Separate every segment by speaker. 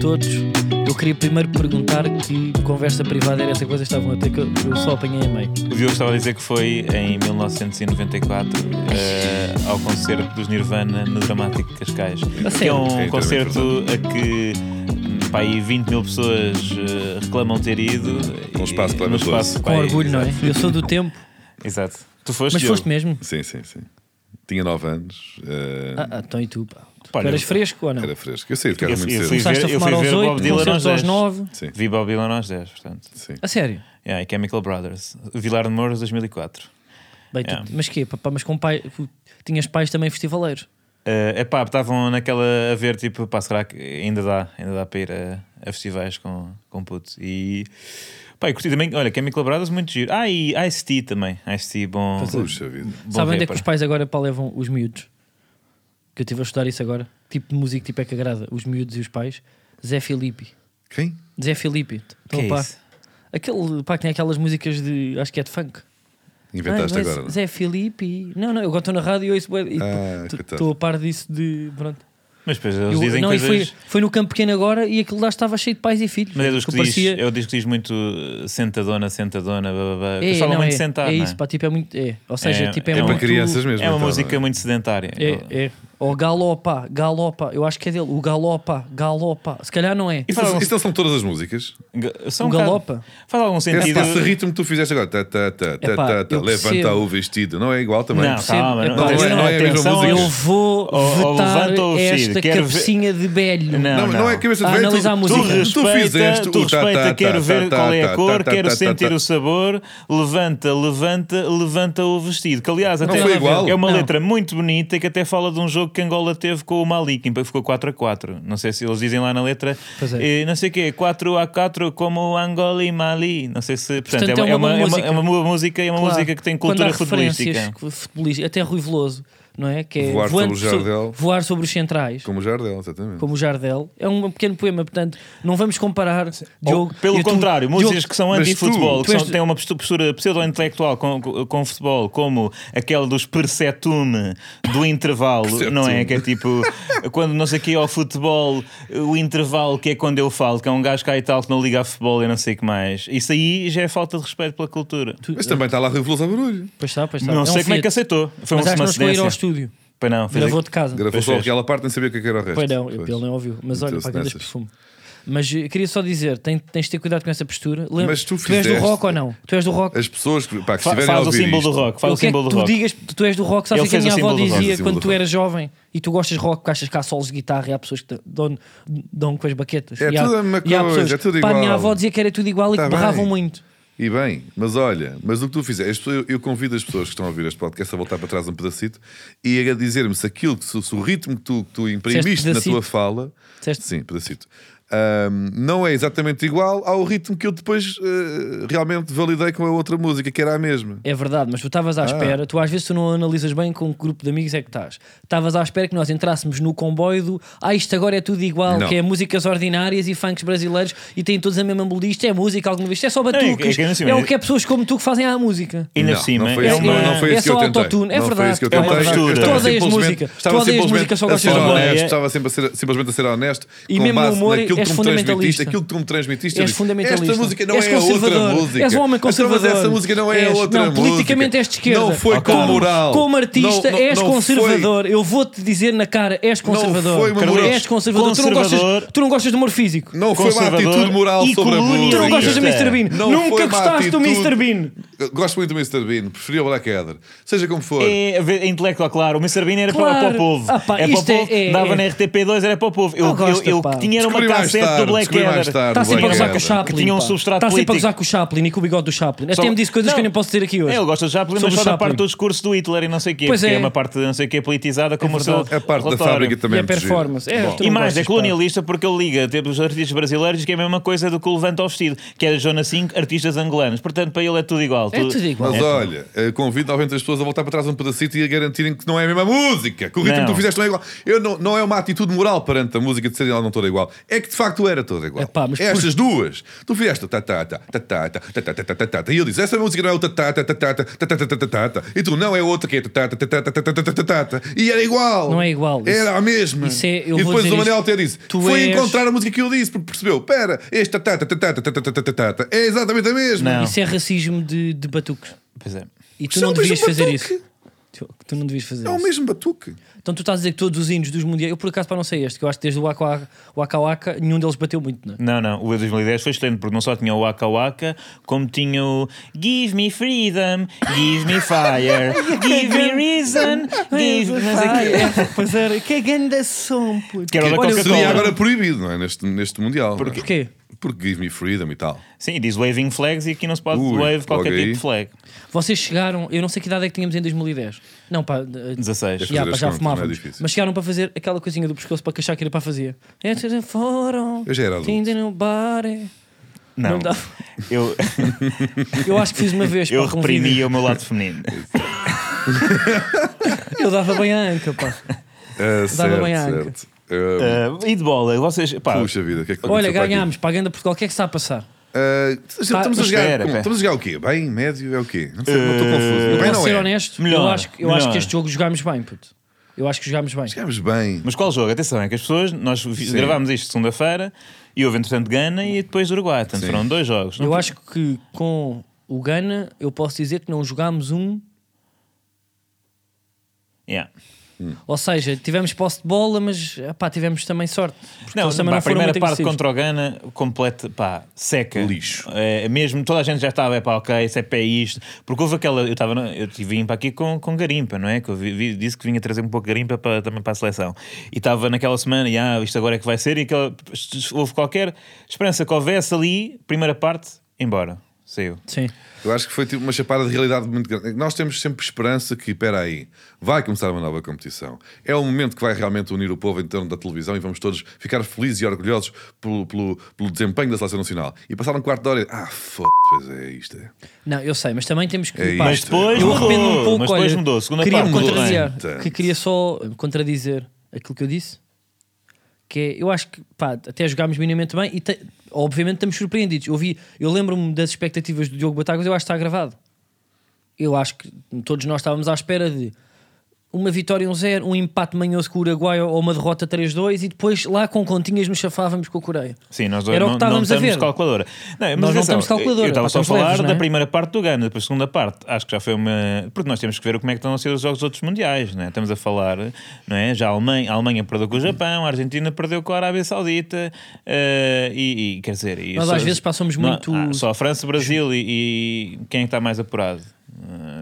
Speaker 1: todos. Eu queria primeiro perguntar que conversa privada era essa coisa que estavam a ter, que eu eu só apanhei a meio.
Speaker 2: O Diogo estava a dizer que foi em 1994 eh, ao concerto dos Nirvana no Dramático de Cascais. Que é
Speaker 1: sério?
Speaker 2: um
Speaker 3: É, também
Speaker 2: concerto a que hum, pá, aí 20 mil pessoas eh, reclamam ter ido.
Speaker 3: Um
Speaker 2: e-
Speaker 3: espaço
Speaker 2: num
Speaker 3: planeador.
Speaker 2: espaço,
Speaker 1: Com
Speaker 2: pá,
Speaker 1: orgulho, não é?
Speaker 2: exato.
Speaker 1: Eu sou do tempo,
Speaker 2: Exato. Tu foste,
Speaker 1: mas
Speaker 2: Diogo?
Speaker 1: foste mesmo.
Speaker 3: Sim, sim, sim. Tinha 9 anos, eh,
Speaker 1: Ah, ah, então e tu, pá? Tu
Speaker 2: Olha,
Speaker 1: eras fresco ou não?
Speaker 3: era fresco. Eu saí de
Speaker 2: Eu,
Speaker 3: casa
Speaker 2: fui-
Speaker 3: muito
Speaker 2: eu
Speaker 3: cedo.
Speaker 2: fui
Speaker 1: Começaste
Speaker 2: ver,
Speaker 1: a
Speaker 2: eu
Speaker 1: fumar
Speaker 2: fui
Speaker 1: aos
Speaker 2: ver Bob
Speaker 1: 8,
Speaker 2: Dylan aos
Speaker 1: concertos
Speaker 2: 10.
Speaker 1: aos 9.
Speaker 3: Sim,
Speaker 2: Vi Bob Dylan aos 10, portanto.
Speaker 3: sim.
Speaker 1: A sério?
Speaker 2: Yeah, e Chemical Brothers. Vilar de Mouros 2004.
Speaker 1: Bem, tu-
Speaker 2: Yeah.
Speaker 1: Mas quê? Papá, mas com pai, tinhas pais também festivaleiros.
Speaker 2: É epá, estavam naquela a ver, tipo, pá, será que ainda dá, ainda dá para ir a, a festivais com, com putos. E pá, eu curti também, olha, Chemical Brothers, muito giro. Ah, e Ice-T também. Ice-T, bom.
Speaker 3: Puxa vida.
Speaker 2: bom
Speaker 1: Sabem onde é que
Speaker 2: rapper.
Speaker 1: os pais agora pá, levam os miúdos? Que eu estive a estudar isso agora. Tipo de música tipo é que agrada. Os miúdos e os pais. Zé Filipe.
Speaker 3: Quem?
Speaker 1: Zé Filipe. Então,
Speaker 2: Que é
Speaker 1: pá,
Speaker 2: isso?
Speaker 1: aquele pá que tem aquelas músicas de. Acho que é de funk.
Speaker 3: Inventaste
Speaker 1: Ah, mas
Speaker 3: agora, não? é?
Speaker 1: Zé Filipe. Não, não, eu agora estou na rádio e ouço. bué- e
Speaker 3: Ah,
Speaker 1: t-
Speaker 3: coitado.
Speaker 1: Estou a par disso de. Pronto.
Speaker 2: Mas depois eles
Speaker 1: Eu-
Speaker 2: dizem
Speaker 1: não, e
Speaker 2: coisas.
Speaker 1: foi, foi no campo pequeno agora e aquilo lá estava cheio de pais e filhos. né?
Speaker 2: Mas é dos que,
Speaker 1: que
Speaker 2: diz, é o disco que diz muito eh, sentadona, sentadona, blá, blá, blá.
Speaker 1: É,
Speaker 2: Eles falam
Speaker 1: não,
Speaker 2: muito
Speaker 1: é,
Speaker 2: sentar.
Speaker 1: é
Speaker 2: não
Speaker 1: isso, pá, tipo, é muito. É. Ou seja,
Speaker 2: É-
Speaker 1: tipo, é,
Speaker 2: é
Speaker 3: É
Speaker 2: muito-
Speaker 3: para crianças
Speaker 2: É
Speaker 3: mesmo.
Speaker 2: uma
Speaker 3: então,
Speaker 2: música
Speaker 3: não é?
Speaker 2: muito sedentária.
Speaker 1: É, é. Ou galopa, galopa. Eu acho que é dele. O galopa, galopa. Se calhar não é.
Speaker 2: E faz
Speaker 3: Isto,
Speaker 2: algum-
Speaker 3: isto são todas as músicas.
Speaker 2: Ga- São
Speaker 1: O
Speaker 2: um bocado-
Speaker 1: galopa.
Speaker 2: Faz algum
Speaker 3: Esse,
Speaker 2: sentido.
Speaker 3: esse ritmo que tu fizeste agora, tá, tá, tá, tá,
Speaker 1: Epá,
Speaker 3: tá, tá,
Speaker 1: eu
Speaker 3: levanta
Speaker 1: percebo.
Speaker 3: o vestido, não é igual também?
Speaker 2: Não,
Speaker 1: percebo.
Speaker 2: calma,
Speaker 1: É
Speaker 2: não,
Speaker 1: pá,
Speaker 2: atenção,
Speaker 3: não é a mesma
Speaker 2: atenção,
Speaker 3: música.
Speaker 1: Eu vou
Speaker 2: Ou- ou
Speaker 1: vetar
Speaker 2: levanta ou
Speaker 1: esta
Speaker 2: vestido. Quero ver-
Speaker 1: cabecinha de belho.
Speaker 2: Não,
Speaker 3: Não, não, é cabeça de
Speaker 1: Ah,
Speaker 3: velho.
Speaker 1: analisar a
Speaker 3: tu,
Speaker 1: música.
Speaker 2: Tu
Speaker 3: Tu, tu
Speaker 2: respeita,
Speaker 3: fizeste
Speaker 2: tu
Speaker 3: o tá,
Speaker 2: respeita,
Speaker 3: tá,
Speaker 2: quero
Speaker 3: tá,
Speaker 2: ver
Speaker 3: tá,
Speaker 2: qual é
Speaker 3: tá,
Speaker 2: a cor,
Speaker 3: tá,
Speaker 2: quero
Speaker 3: tá, tá,
Speaker 2: sentir
Speaker 3: tá.
Speaker 2: o sabor, levanta, levanta, levanta o vestido. Que aliás, até
Speaker 3: foi igual.
Speaker 2: é uma
Speaker 1: Não.
Speaker 2: letra muito bonita que até fala de um jogo que Angola teve com o Mali, que ficou 4 a 4. Não sei se eles dizem lá na letra,
Speaker 1: Pois é.
Speaker 2: eh, não sei o quê, 4 a 4 como Angola e Mali. Não sei se, portanto,
Speaker 1: Portanto,
Speaker 2: é, uma,
Speaker 1: é uma
Speaker 2: é uma-
Speaker 1: boa
Speaker 2: é uma boa música, é uma
Speaker 1: Claro.
Speaker 2: música que tem
Speaker 1: Quando há
Speaker 2: cultura
Speaker 1: referências
Speaker 2: futebolística.
Speaker 1: que- futebolística, Até Rui Veloso, não é? Que é
Speaker 3: Voar
Speaker 1: voando
Speaker 3: sobre o
Speaker 1: so-
Speaker 3: Jardel.
Speaker 1: voar sobre os centrais.
Speaker 3: Como o Jardel, exatamente.
Speaker 1: Como o Jardel, é um pequeno poema, portanto, não vamos comparar. Diogo,
Speaker 2: Pelo
Speaker 1: e tu-
Speaker 2: contrário,
Speaker 1: Diogo-
Speaker 2: músicas que são
Speaker 3: mas
Speaker 2: anti-futebol,
Speaker 3: tu-
Speaker 2: que
Speaker 1: tu
Speaker 2: são-
Speaker 1: és-
Speaker 2: têm uma postu- postura pseudo-intelectual com, com, com o futebol, como aquela dos percetume do intervalo,
Speaker 3: Perceptume.
Speaker 2: não é? Que é tipo, quando não sei o que ao futebol, o intervalo que é quando eu falo, que é um gajo cá e tal que não liga a futebol e não sei o que mais. Isso aí já é falta de respeito pela cultura.
Speaker 1: tu-
Speaker 3: Mas também está lá a Revolução ao Barulho.
Speaker 1: Pois está, pois está.
Speaker 2: Não
Speaker 1: um
Speaker 2: sei como é
Speaker 1: Fiat.
Speaker 2: que aceitou. Foi
Speaker 1: Mas
Speaker 2: uma
Speaker 1: acho que não chegou a ir
Speaker 2: cedência.
Speaker 1: ao estúdio.
Speaker 2: Pois não, fez
Speaker 1: Gravou de casa.
Speaker 3: Gravou
Speaker 2: Pois
Speaker 3: só
Speaker 2: fez.
Speaker 3: aquela parte, nem sabia o que é que era o resto.
Speaker 1: Pois não,
Speaker 3: é Pois.
Speaker 1: eu- ele nem ouviu. Mas olha,
Speaker 3: Meteu-se
Speaker 1: para grandes
Speaker 3: nessas.
Speaker 1: perfume. Mas eh, queria só dizer, tem- tens de ter cuidado com essa postura. Lembra,
Speaker 3: Mas tu
Speaker 1: és do
Speaker 3: fizeste-
Speaker 1: rock ou não? Tu és do rock?
Speaker 3: As pessoas que, pá, que
Speaker 2: Fa-
Speaker 3: estiverem a
Speaker 2: Faz o
Speaker 3: ouvir
Speaker 2: símbolo do
Speaker 3: isto-
Speaker 2: rock, faz
Speaker 1: Eu
Speaker 2: É o
Speaker 1: quero
Speaker 2: símbolo
Speaker 1: que
Speaker 2: do
Speaker 1: tu
Speaker 2: rock.
Speaker 1: digas que tu és do rock, sabes
Speaker 2: Ele
Speaker 1: o que a minha
Speaker 2: fez o
Speaker 1: avó
Speaker 2: símbolo do rock.
Speaker 3: Faz
Speaker 1: dizia
Speaker 3: o símbolo
Speaker 1: quando
Speaker 3: do
Speaker 1: tu
Speaker 3: rock.
Speaker 1: eras jovem e tu gostas de rock, porque achas que há solos de guitarra e há pessoas que te dão, dão com as baquetas.
Speaker 3: É
Speaker 1: e há,
Speaker 3: tudo a mesma
Speaker 1: e há
Speaker 3: coisa,
Speaker 1: pessoas,
Speaker 3: é tudo
Speaker 1: Pá, a minha
Speaker 3: igual.
Speaker 1: avó dizia que era tudo igual e
Speaker 3: Tá
Speaker 1: que
Speaker 3: bem.
Speaker 1: barravam muito.
Speaker 3: E bem, mas olha, mas o que tu fizeste, eu, eu convido as pessoas que estão a ouvir este podcast a voltar para trás um pedacito e a dizer-me se aquilo, que- se, se o ritmo que tu, que tu imprimiste na
Speaker 1: pedacito.
Speaker 3: tua fala,
Speaker 1: Disseste-
Speaker 3: sim, pedacito, ahm, não é exatamente igual ao ritmo que eu depois eh, realmente validei com a outra música, que era a mesma.
Speaker 1: É verdade, mas tu
Speaker 3: Ah.
Speaker 1: estavas à espera, tu às vezes tu não analisas bem com que grupo de amigos é que estás. Estavas à espera que nós entrássemos no comboio do ah, isto agora é tudo igual,
Speaker 3: Não.
Speaker 1: que é músicas ordinárias e funks brasileiros e têm todos a mesma melodia, isto é música, alguma vez, isto é só batuques.
Speaker 2: é que não se
Speaker 1: é
Speaker 2: vê.
Speaker 1: o que é pessoas como tu que fazem à música.
Speaker 2: Ainda por
Speaker 3: Não,
Speaker 2: cima,
Speaker 3: não foi
Speaker 2: é
Speaker 3: isso que eu-
Speaker 2: uma-
Speaker 3: não foi isso que eu
Speaker 1: é só
Speaker 3: tentei.
Speaker 1: autotune, é
Speaker 3: Não foi
Speaker 1: verdade.
Speaker 3: isso que eu
Speaker 1: é
Speaker 3: tentei.
Speaker 1: verdade.
Speaker 2: Eu
Speaker 1: Tu
Speaker 2: estava
Speaker 1: odeias
Speaker 3: simplesmente-
Speaker 1: música, tu
Speaker 3: estava
Speaker 1: odeias
Speaker 3: simplesmente
Speaker 1: música, só
Speaker 3: a
Speaker 1: gostas de
Speaker 3: ser
Speaker 2: rock.
Speaker 1: rock.
Speaker 3: honesto,
Speaker 2: É.
Speaker 3: Estava sempre a ser, simplesmente a ser honesto
Speaker 1: E
Speaker 3: com
Speaker 1: mesmo no
Speaker 3: base
Speaker 1: humor,
Speaker 3: naquilo que
Speaker 1: és
Speaker 3: tu me transmitiste,
Speaker 1: fundamentalista.
Speaker 3: aquilo que tu me transmitiste. eu
Speaker 1: És
Speaker 3: disse,
Speaker 1: fundamentalista.
Speaker 3: Esta música não
Speaker 1: és
Speaker 3: é a outra
Speaker 1: conservador.
Speaker 3: música.
Speaker 1: És um homem
Speaker 3: Então,
Speaker 1: conservador.
Speaker 3: Mas essa música não é a
Speaker 1: És-
Speaker 3: outra
Speaker 1: não,
Speaker 3: música.
Speaker 1: politicamente és de esquerda.
Speaker 3: Não foi com
Speaker 2: Como-
Speaker 3: moral.
Speaker 1: Como artista,
Speaker 3: Não- não-
Speaker 1: és
Speaker 3: não foi-
Speaker 1: conservador. Eu vou-te dizer na cara, és conservador.
Speaker 3: foi uma moral.
Speaker 1: és conservador. Tu, não
Speaker 2: Conservador.
Speaker 1: gostas, tu não gostas de humor físico.
Speaker 3: Não foi uma
Speaker 2: Conservador
Speaker 3: atitude moral
Speaker 2: e
Speaker 3: sobre a
Speaker 2: colunista.
Speaker 3: música.
Speaker 1: Tu não gostas do
Speaker 2: Conservador.
Speaker 1: Mr. Bean.
Speaker 3: Não foi
Speaker 1: Nunca
Speaker 3: uma
Speaker 1: gostaste do
Speaker 3: atitude-
Speaker 1: Mr. Bean.
Speaker 3: Eu Gosto muito do Mr. Bean, preferia o Black Adder. Seja como for.
Speaker 2: É, é intelectual, claro. O Mr. Bean era
Speaker 1: Claro.
Speaker 2: para, para o povo.
Speaker 1: Ah, pá,
Speaker 2: é para o
Speaker 1: isto é-
Speaker 2: povo.
Speaker 1: é-
Speaker 2: Dava
Speaker 1: é.
Speaker 2: na RTP2, era para o povo. Eu,
Speaker 1: Ah, gosta,
Speaker 2: eu, eu
Speaker 1: pá.
Speaker 2: que tinha era uma
Speaker 3: Descobri mais
Speaker 2: cassete do
Speaker 3: tarde,
Speaker 2: Black
Speaker 3: descobri mais
Speaker 2: Adder.
Speaker 3: tarde.
Speaker 1: Está Tá sempre a
Speaker 3: Black
Speaker 1: gozar
Speaker 3: Adder.
Speaker 1: com o Chaplin.
Speaker 2: Que tinha um
Speaker 1: pá.
Speaker 2: substrato
Speaker 1: Está sempre a
Speaker 2: político.
Speaker 1: gozar com o Chaplin e com o bigode do Chaplin.
Speaker 2: Só-
Speaker 1: Até me disse coisas que eu
Speaker 2: Não. É,
Speaker 1: nem posso dizer aqui hoje.
Speaker 2: Eu gosto do Chaplin,
Speaker 1: Sobre
Speaker 2: mas
Speaker 1: o
Speaker 2: só da parte
Speaker 1: Chaplin.
Speaker 2: do discurso do Hitler e não sei o quê.
Speaker 1: Pois
Speaker 2: porque
Speaker 1: é.
Speaker 2: é uma parte não sei o quê politizada, como o seu
Speaker 1: verdade.
Speaker 3: A É parte da
Speaker 2: relatório.
Speaker 3: fábrica
Speaker 1: E a
Speaker 3: também é muito gira.
Speaker 1: performance. É, tu
Speaker 2: E
Speaker 1: não
Speaker 2: mais, é
Speaker 1: gostas, pá.
Speaker 2: colonialista porque ele liga tipo, os artistas brasileiros que é a mesma coisa do que o levanta ao vestido, que é a zona 5, artistas angolanos. Portanto, para ele é tudo igual. altura.
Speaker 1: tudo igual.
Speaker 3: Mas
Speaker 2: É, pá.
Speaker 3: olha, eh, convido novamente as pessoas a voltar para trás um pedacito e a garantirem que não é a mesma música, que o ritmo
Speaker 2: Não.
Speaker 3: que tu fizeste não é igual. Eu não, não é uma atitude moral perante a música de ser ela não toda igual. É que de facto era toda igual.
Speaker 1: Epá, mas
Speaker 3: Estas duas. Tu fizeste ta ta ta ta ta ta ta ta ta ta ta ta ta e eu disse, essa música não é o ta ta ta ta ta ta ta ta ta ta ta ta ta e tu não é outra que é ta ta ta ta ta ta ta ta ta ta ta ta e era igual.
Speaker 1: Não é igual. Isso-
Speaker 3: Era a mesma.
Speaker 1: isso é- eu
Speaker 3: e
Speaker 1: vou
Speaker 3: depois
Speaker 1: dizer
Speaker 3: o Manel
Speaker 1: isto.
Speaker 3: até disse,
Speaker 1: Tu
Speaker 3: foi
Speaker 1: és-
Speaker 3: encontrar a música que eu disse porque percebeu, pera, esta ta ta ta ta ta ta ta ta ta ta ta é exatamente a mesma.
Speaker 2: Não.
Speaker 1: Isso é racismo de, de batuques.
Speaker 2: Pois é.
Speaker 1: E tu
Speaker 3: Isso é
Speaker 1: não
Speaker 3: o
Speaker 1: devias
Speaker 3: mesmo
Speaker 1: fazer
Speaker 3: batuque.
Speaker 1: isso. Tu, tu não devias fazer
Speaker 3: É o
Speaker 1: isso.
Speaker 3: mesmo batuque.
Speaker 1: Então tu estás a dizer que todos os hinos dos mundiais. Eu por acaso para não sei este, que eu acho que desde o Waka Waka, Waka Waka, nenhum deles bateu muito, não é?
Speaker 2: Não, não, o de 2010 foi excelente porque não só tinha o Waka Waka, como tinha o Give me freedom, give me fire, give me reason, give me. não sei o quê.
Speaker 1: Pois era, que é ganda som, puto.
Speaker 2: Que era da
Speaker 1: Olha,
Speaker 2: Coca-Cola.
Speaker 3: Seria agora proibido, não é? Neste, neste Mundial. não é?
Speaker 1: Porquê?
Speaker 3: Porque Give Me Freedom e tal.
Speaker 2: Sim, e diz waving flags e aqui não se pode
Speaker 3: Ui,
Speaker 2: wave qualquer
Speaker 3: logo aí.
Speaker 2: tipo de flag.
Speaker 1: Vocês chegaram, eu não sei que idade é que tínhamos em 2010. Não, pá, eh,
Speaker 2: 16.
Speaker 1: já,
Speaker 3: fazer
Speaker 1: pá,
Speaker 3: as
Speaker 1: já
Speaker 3: contas,
Speaker 1: fumávamos.
Speaker 3: não é difícil.
Speaker 1: mas chegaram para fazer aquela coisinha do pescoço para que a Shakira pá fazia. Estes foram.
Speaker 3: Eu já era adulto.
Speaker 1: ainda no bar. eh.
Speaker 2: Não,
Speaker 1: Não dá.
Speaker 2: eu,
Speaker 1: Eu acho que fiz uma vez.
Speaker 2: eu
Speaker 1: pá, com um
Speaker 2: reprimia
Speaker 1: vídeo.
Speaker 2: o meu lado feminino.
Speaker 1: Eu dava bem a anca, pá.
Speaker 3: Ah, certo,
Speaker 1: bem à
Speaker 3: certo. Ah,
Speaker 2: Ah, e de bola, vocês. Pá,
Speaker 3: puxa vida, o que é que
Speaker 1: Olha,
Speaker 3: aconteceu para aqui?
Speaker 1: ganhámos, para a ganda Portugal, o que é que está a passar?
Speaker 3: Ah, estamos, a
Speaker 1: Mas
Speaker 3: jogar,
Speaker 2: espera,
Speaker 3: com-
Speaker 2: pera.
Speaker 3: estamos a jogar o quê? Bem, médio, é o quê? Não sei, não estou confuso. Bem,
Speaker 1: Posso
Speaker 3: não
Speaker 1: ser
Speaker 3: é.
Speaker 1: honesto?
Speaker 2: Melhor,
Speaker 1: eu acho, que- eu acho
Speaker 2: melhor.
Speaker 1: que este jogo jogámos bem, puto. Eu acho que jogámos bem.
Speaker 3: Chegámos bem.
Speaker 2: mas qual jogo? Atenção, é que as pessoas. Nós vi-
Speaker 3: Sim.
Speaker 2: gravámos isto segunda-feira e houve entretanto Gana e depois Uruguai. Portanto,
Speaker 3: Sim.
Speaker 2: foram dois jogos.
Speaker 1: Eu
Speaker 2: Não-
Speaker 1: acho que com o Gana, eu posso dizer que não jogámos um.
Speaker 2: Yeah.
Speaker 1: Ou seja, tivemos posse de bola, mas pá, tivemos também sorte. Porque
Speaker 2: Não,
Speaker 1: eles também
Speaker 2: pá,
Speaker 1: não
Speaker 2: a
Speaker 1: foram
Speaker 2: primeira
Speaker 1: muito
Speaker 2: parte
Speaker 1: agressivos.
Speaker 2: contra o Gana, completo, pá, seca.
Speaker 3: Lixo.
Speaker 2: É, mesmo, toda a gente já estava, é pá, ok, isso é pé isto. Porque houve aquela, eu estava, na- eu tive- vim para aqui com, com garimpa, não é? Que eu vi- vi- disse que vinha trazer um pouco de garimpa para, também para a seleção. E estava naquela semana, e ah, isto agora é que vai ser, e aquela, houve qualquer esperança que houvesse ali, primeira parte, embora. Saiu.
Speaker 1: Sim.
Speaker 3: Eu acho que foi tipo uma chapada de realidade muito grande. É Nós temos sempre esperança que, espera aí, vai começar uma nova competição. É um momento que vai realmente unir o povo em torno da televisão e vamos todos ficar felizes e orgulhosos pelo, pelo, pelo desempenho da Seleção Nacional. E passaram um quarto de hora e... Ah, f***, pois é isto. é.
Speaker 1: Não, eu sei, mas também temos que.
Speaker 3: É
Speaker 1: pá,
Speaker 2: Mas
Speaker 3: isto.
Speaker 2: depois
Speaker 1: eu
Speaker 2: mudou,
Speaker 1: arrependo um pouco.
Speaker 2: mas depois
Speaker 1: olha,
Speaker 2: mudou. Segunda
Speaker 1: queria
Speaker 2: parte, mudou bem.
Speaker 1: contrariar,
Speaker 3: Portanto.
Speaker 1: que queria só contradizer aquilo que eu disse. Que é, eu acho que pá, até jogámos minimamente bem e te- obviamente estamos surpreendidos. Eu, vi- eu lembro-me das expectativas do Diogo Batagas, eu acho que está gravado. Eu acho que todos nós estávamos à espera de uma vitória 1-0, um empate manhoso com o Uruguai ou uma derrota 3-2 e depois lá com continhas nos chafávamos com a Coreia.
Speaker 2: Sim, nós
Speaker 1: Era o que
Speaker 2: não, não
Speaker 1: estávamos a
Speaker 2: temos
Speaker 1: ver.
Speaker 2: calculadora. Não,
Speaker 1: Nós
Speaker 2: mas
Speaker 1: não
Speaker 2: atenção,
Speaker 1: temos calculadora,
Speaker 2: Eu estava
Speaker 1: pá,
Speaker 2: só a
Speaker 1: estamos
Speaker 2: falar
Speaker 1: leves, não é?
Speaker 2: da primeira parte do Gana, depois da segunda parte. Acho que já foi uma. Porque nós temos que ver como é que estão a ser os jogos dos outros mundiais, não é? Estamos a falar, não é? Já a Alemanha, a Alemanha perdeu com o Japão, a Argentina perdeu com a Arábia Saudita eh, e, e, quer dizer. e
Speaker 1: Nós
Speaker 2: só-
Speaker 1: às vezes passamos
Speaker 2: não-
Speaker 1: muito-
Speaker 2: ah, só a França, Brasil e, e quem é que está mais apurado?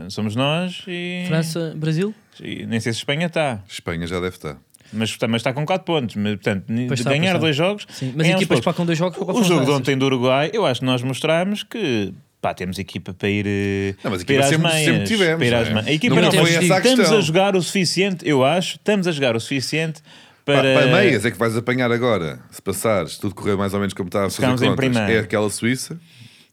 Speaker 2: Eh, somos nós e.
Speaker 1: França, Brasil?
Speaker 2: e nem sei se Espanha está,
Speaker 3: Espanha já deve estar.
Speaker 2: mas, está- mas está com 4 pontos. Mas, portanto, de
Speaker 1: Pois está, pois
Speaker 2: ganhar
Speaker 1: está.
Speaker 2: dois jogos.
Speaker 1: Sim, mas
Speaker 2: ganhar uns
Speaker 1: equipas
Speaker 2: poucos.
Speaker 1: pá, com dois jogos com
Speaker 2: O jogo de
Speaker 1: confrontadas.
Speaker 2: ontem do Uruguai, eu acho que nós mostramos que pá, temos equipa para ir, eh,
Speaker 3: Não, mas
Speaker 2: para ir
Speaker 3: equipa
Speaker 2: às
Speaker 3: sempre-
Speaker 2: meias,
Speaker 3: sempre tivemos,
Speaker 2: para ir às
Speaker 3: não é?
Speaker 2: meias. A equipa
Speaker 3: Nunca
Speaker 2: não,
Speaker 3: foi
Speaker 2: mas
Speaker 3: essa a
Speaker 2: estamos
Speaker 3: questão.
Speaker 2: a jogar o suficiente, eu acho, estamos a jogar o suficiente para.
Speaker 3: Pá, Para meias é que vais apanhar agora. Se passares, tudo correr mais ou menos como estava a fazer
Speaker 2: Ficamos em
Speaker 3: contas,
Speaker 2: primeiro.
Speaker 3: É aquela Suíça.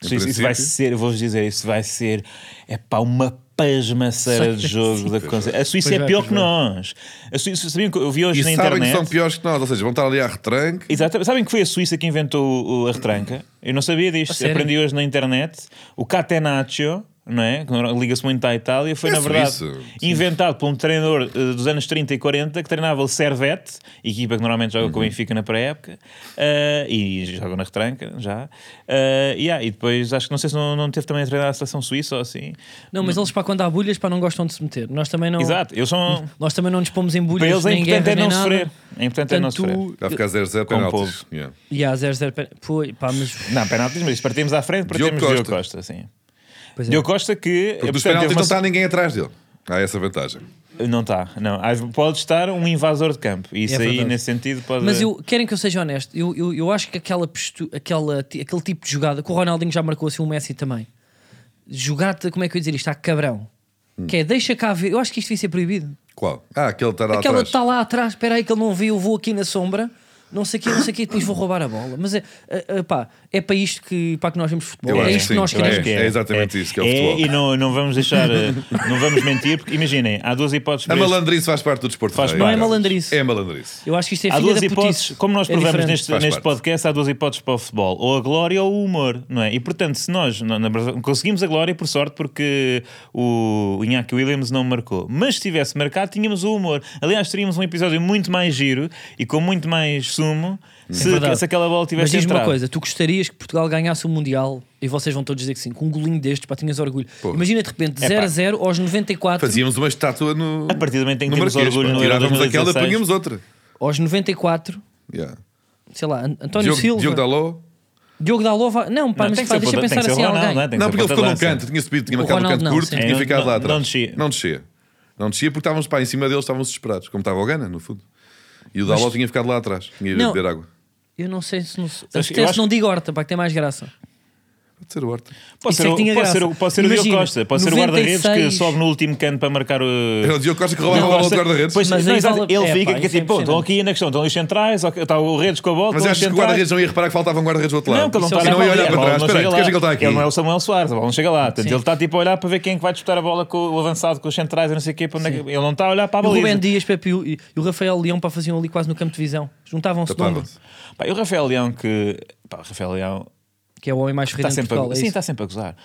Speaker 3: em
Speaker 2: Isso, isso vai
Speaker 3: princípio.
Speaker 2: ser, eu vou-vos dizer, isso vai ser é pá, uma pasmaceira de jogo da Conce- A Suíça
Speaker 1: Pois
Speaker 2: é
Speaker 1: vai,
Speaker 2: pior
Speaker 1: pois
Speaker 2: que nós. A Suíça, sabiam que eu vi hoje
Speaker 3: E
Speaker 2: na
Speaker 3: sabem
Speaker 2: internet.
Speaker 3: que são piores que nós, ou seja, vão estar ali à retranca.
Speaker 2: Exatamente. Sabem que foi a Suíça que inventou o- o- a retranca? Eu não sabia disto.
Speaker 1: sério?
Speaker 2: Aprendi hoje na internet. O catenaccio, não é? Que liga-se muito à Itália, foi
Speaker 3: É
Speaker 2: na verdade
Speaker 3: suíço.
Speaker 2: inventado por um treinador eh, dos anos 30 e 40 que treinava o Servette, equipa que normalmente joga com o
Speaker 3: Uhum.
Speaker 2: Benfica na pré-época, eh, e joga na retranca já. Eh, e, ah, e depois acho que não sei se não, não teve também a treinar a seleção suíça ou assim.
Speaker 1: Não, mas eles para quando há bulhas para não gostam de se meter. Nós também não.
Speaker 2: Exato, eu sou. um,
Speaker 1: Nós também não nos pomos em
Speaker 2: Para
Speaker 1: bulhas,
Speaker 2: eles é
Speaker 1: nem
Speaker 2: importante
Speaker 1: guerra,
Speaker 2: é
Speaker 1: nem
Speaker 2: não
Speaker 1: nada.
Speaker 2: sofrer. É importante é não
Speaker 1: Portanto,
Speaker 2: sofrer.
Speaker 3: Vai ficar 0-0
Speaker 2: Com o
Speaker 3: penaltis. Yeah.
Speaker 1: E há 0-0. Pô, pá, mas.
Speaker 2: Não, penaltis, mas partimos à frente,
Speaker 3: Diogo
Speaker 2: partimos Diogo Costa,
Speaker 3: Costa.
Speaker 2: Costa sim.
Speaker 1: Pois é.
Speaker 2: Diogo Costa que eh,
Speaker 3: Porque dos
Speaker 2: portanto,
Speaker 3: penaltis
Speaker 2: teve
Speaker 3: não
Speaker 2: uma-
Speaker 3: então está ninguém atrás dele. Há essa vantagem.
Speaker 2: não está, não. Às- Pode estar um invasor de campo. Isso
Speaker 1: É
Speaker 2: aí,
Speaker 1: verdade.
Speaker 2: nesse sentido, pode.
Speaker 1: Mas eu, querem que eu seja honesto, eu, eu, eu acho que aquela, postu- aquela ti- aquele tipo de jogada, que o Ronaldinho já marcou assim, o Messi também. Jogada, como é que eu ia dizer isto? Há cabrão.
Speaker 2: Hum.
Speaker 1: Que é, deixa cá ver. Eu acho que isto devia ser proibido.
Speaker 2: Tá
Speaker 3: Qual? Ah, aquele que está lá
Speaker 1: aquela que tá
Speaker 3: atrás.
Speaker 1: está lá atrás, espera aí que ele não viu, eu vou aqui na sombra. não sei o quê, não sei o quê, e depois vou roubar a bola. Mas é, eh, eh, pá, é para isto que, pá, que nós vemos futebol.
Speaker 3: Eu
Speaker 1: é
Speaker 3: acho
Speaker 1: isto
Speaker 3: que
Speaker 1: que nós
Speaker 3: sim, eu acho
Speaker 1: queremos.
Speaker 3: que é exatamente isso que é o futebol.
Speaker 2: E não, não vamos deixar, eh, não vamos mentir, porque imaginem, há duas hipóteses.
Speaker 3: A
Speaker 2: para este-
Speaker 3: malandrice faz parte do desporto.
Speaker 2: Faz
Speaker 3: rei.
Speaker 2: parte.
Speaker 1: Não é malandrice.
Speaker 3: É malandrice.
Speaker 1: Eu acho que isto é
Speaker 2: Há
Speaker 1: filha
Speaker 2: duas
Speaker 1: da
Speaker 2: hipóteses,
Speaker 1: putice.
Speaker 2: como nós
Speaker 1: É
Speaker 2: provamos
Speaker 1: diferente.
Speaker 2: neste,
Speaker 3: Faz
Speaker 2: neste
Speaker 3: parte.
Speaker 2: podcast, há duas hipóteses para o futebol: ou a glória ou o humor, não é? E portanto, se nós na- na verdade, conseguimos a glória, por sorte, porque o Iñaki Williams não marcou, mas se tivesse marcado, tínhamos o humor. Aliás, teríamos um episódio muito mais giro e com muito mais sumo se,
Speaker 1: verdade.
Speaker 2: se aquela bola
Speaker 1: Mas
Speaker 2: tivesse
Speaker 1: diz-me uma
Speaker 2: entrado.
Speaker 1: coisa, tu gostarias que Portugal ganhasse o Mundial e vocês vão todos dizer que sim, com um golinho destes, pá, tinhas orgulho. Imagina de repente
Speaker 2: É,
Speaker 1: 0
Speaker 2: pá.
Speaker 1: a 0 aos 94,
Speaker 3: Fazíamos uma estátua no.
Speaker 2: A partir do momento em que
Speaker 3: no
Speaker 2: temos
Speaker 3: Marquês,
Speaker 2: orgulho
Speaker 3: pá.
Speaker 2: no Euro
Speaker 3: Tirávamos
Speaker 2: 2016.
Speaker 3: aquela e punhamos outra.
Speaker 1: aos 94,
Speaker 3: Yeah.
Speaker 1: sei lá, An- António
Speaker 3: Diogo,
Speaker 1: Silva,
Speaker 3: Diogo
Speaker 1: Diogo,
Speaker 3: Daló.
Speaker 1: Dalova, não, pá,
Speaker 2: Não,
Speaker 1: mas
Speaker 2: tem que
Speaker 1: pá,
Speaker 2: ser
Speaker 1: deixa
Speaker 2: ponta-
Speaker 1: pensar
Speaker 2: tem que ser
Speaker 1: assim a
Speaker 2: Ronaldo,
Speaker 1: alguém.
Speaker 2: não é? Tem que
Speaker 3: Não,
Speaker 2: ser
Speaker 3: porque ele
Speaker 2: ponta
Speaker 3: ficou num
Speaker 2: de lança.
Speaker 3: canto, tinha subido, tinha
Speaker 1: O
Speaker 3: marcado um
Speaker 1: Ronaldo
Speaker 3: canto
Speaker 1: não,
Speaker 3: curto
Speaker 1: sim.
Speaker 3: e tinha
Speaker 2: É,
Speaker 3: ficado
Speaker 2: não-
Speaker 3: lá
Speaker 2: não-
Speaker 3: atrás.
Speaker 2: não descia.
Speaker 3: Não descia. Não descia porque estávamos pá, em cima deles, estávamos desesperados, como estava o Gana, no fundo. E o Daló tinha ficado lá atrás, tinha ido
Speaker 1: Não.
Speaker 3: beber água.
Speaker 1: Eu não sei se não, se,
Speaker 2: eu
Speaker 1: se
Speaker 2: acho-
Speaker 1: não digo horta, pá, que tem mais graça.
Speaker 3: Pode ser o Horta.
Speaker 2: Pode
Speaker 1: Isso
Speaker 2: ser,
Speaker 1: é
Speaker 2: o-
Speaker 1: que tinha
Speaker 2: pode ser o-
Speaker 1: graça.
Speaker 2: pode ser o Diogo
Speaker 1: Imagina,
Speaker 2: Costa, pode ser o guarda-redes que
Speaker 1: 96.
Speaker 2: sobe no último canto para marcar o.
Speaker 3: Era o É Diogo Costa que roubava a
Speaker 2: Não,
Speaker 3: bola ao
Speaker 2: Costa-
Speaker 3: guarda-redes.
Speaker 2: Pois,
Speaker 1: Mas
Speaker 2: não,
Speaker 1: aí
Speaker 2: exato,
Speaker 1: vale-
Speaker 2: ele
Speaker 1: é,
Speaker 2: fica
Speaker 1: pá,
Speaker 2: que é
Speaker 1: isso é
Speaker 2: tipo, pô, estão aqui na questão, estão os centrais, ok, está o Redes com a bola,
Speaker 3: Mas
Speaker 2: estão os
Speaker 3: achas que o
Speaker 2: centrais.
Speaker 3: guarda-redes não ia reparar que faltava um guarda-redes do outro
Speaker 2: Não,
Speaker 3: lado?
Speaker 2: que ele não
Speaker 1: Isso
Speaker 2: está
Speaker 1: é
Speaker 2: lá
Speaker 1: o
Speaker 2: a
Speaker 1: Samuel
Speaker 2: olhar
Speaker 1: Soares.
Speaker 2: para trás.
Speaker 3: Não
Speaker 2: Espera aí,
Speaker 3: chega lá.
Speaker 2: que ele
Speaker 3: Ele está aqui.
Speaker 2: Ele não é o Samuel Soares, a bola não chega lá. Portanto,
Speaker 1: Sim.
Speaker 2: ele está tipo a olhar para ver quem é que vai disputar a bola com o avançado, com os centrais, eu não sei o quê. Para onde é que... Ele não está a olhar para a
Speaker 1: E o Rubén
Speaker 2: baliza.
Speaker 1: Dias, Pepe e o- e o Rafael Leão para faziam ali quase no campo de visão. Juntavam-se num,
Speaker 3: Tapavam-se.
Speaker 2: Pá, e o Rafael Leão, que. Pá, o Rafael Leão
Speaker 1: que é o homem mais ferrado
Speaker 2: está
Speaker 1: de
Speaker 2: tá sempre,
Speaker 1: Portugal.
Speaker 2: a...
Speaker 1: é
Speaker 2: Sim,
Speaker 1: isso.
Speaker 2: está sempre a gozar. tá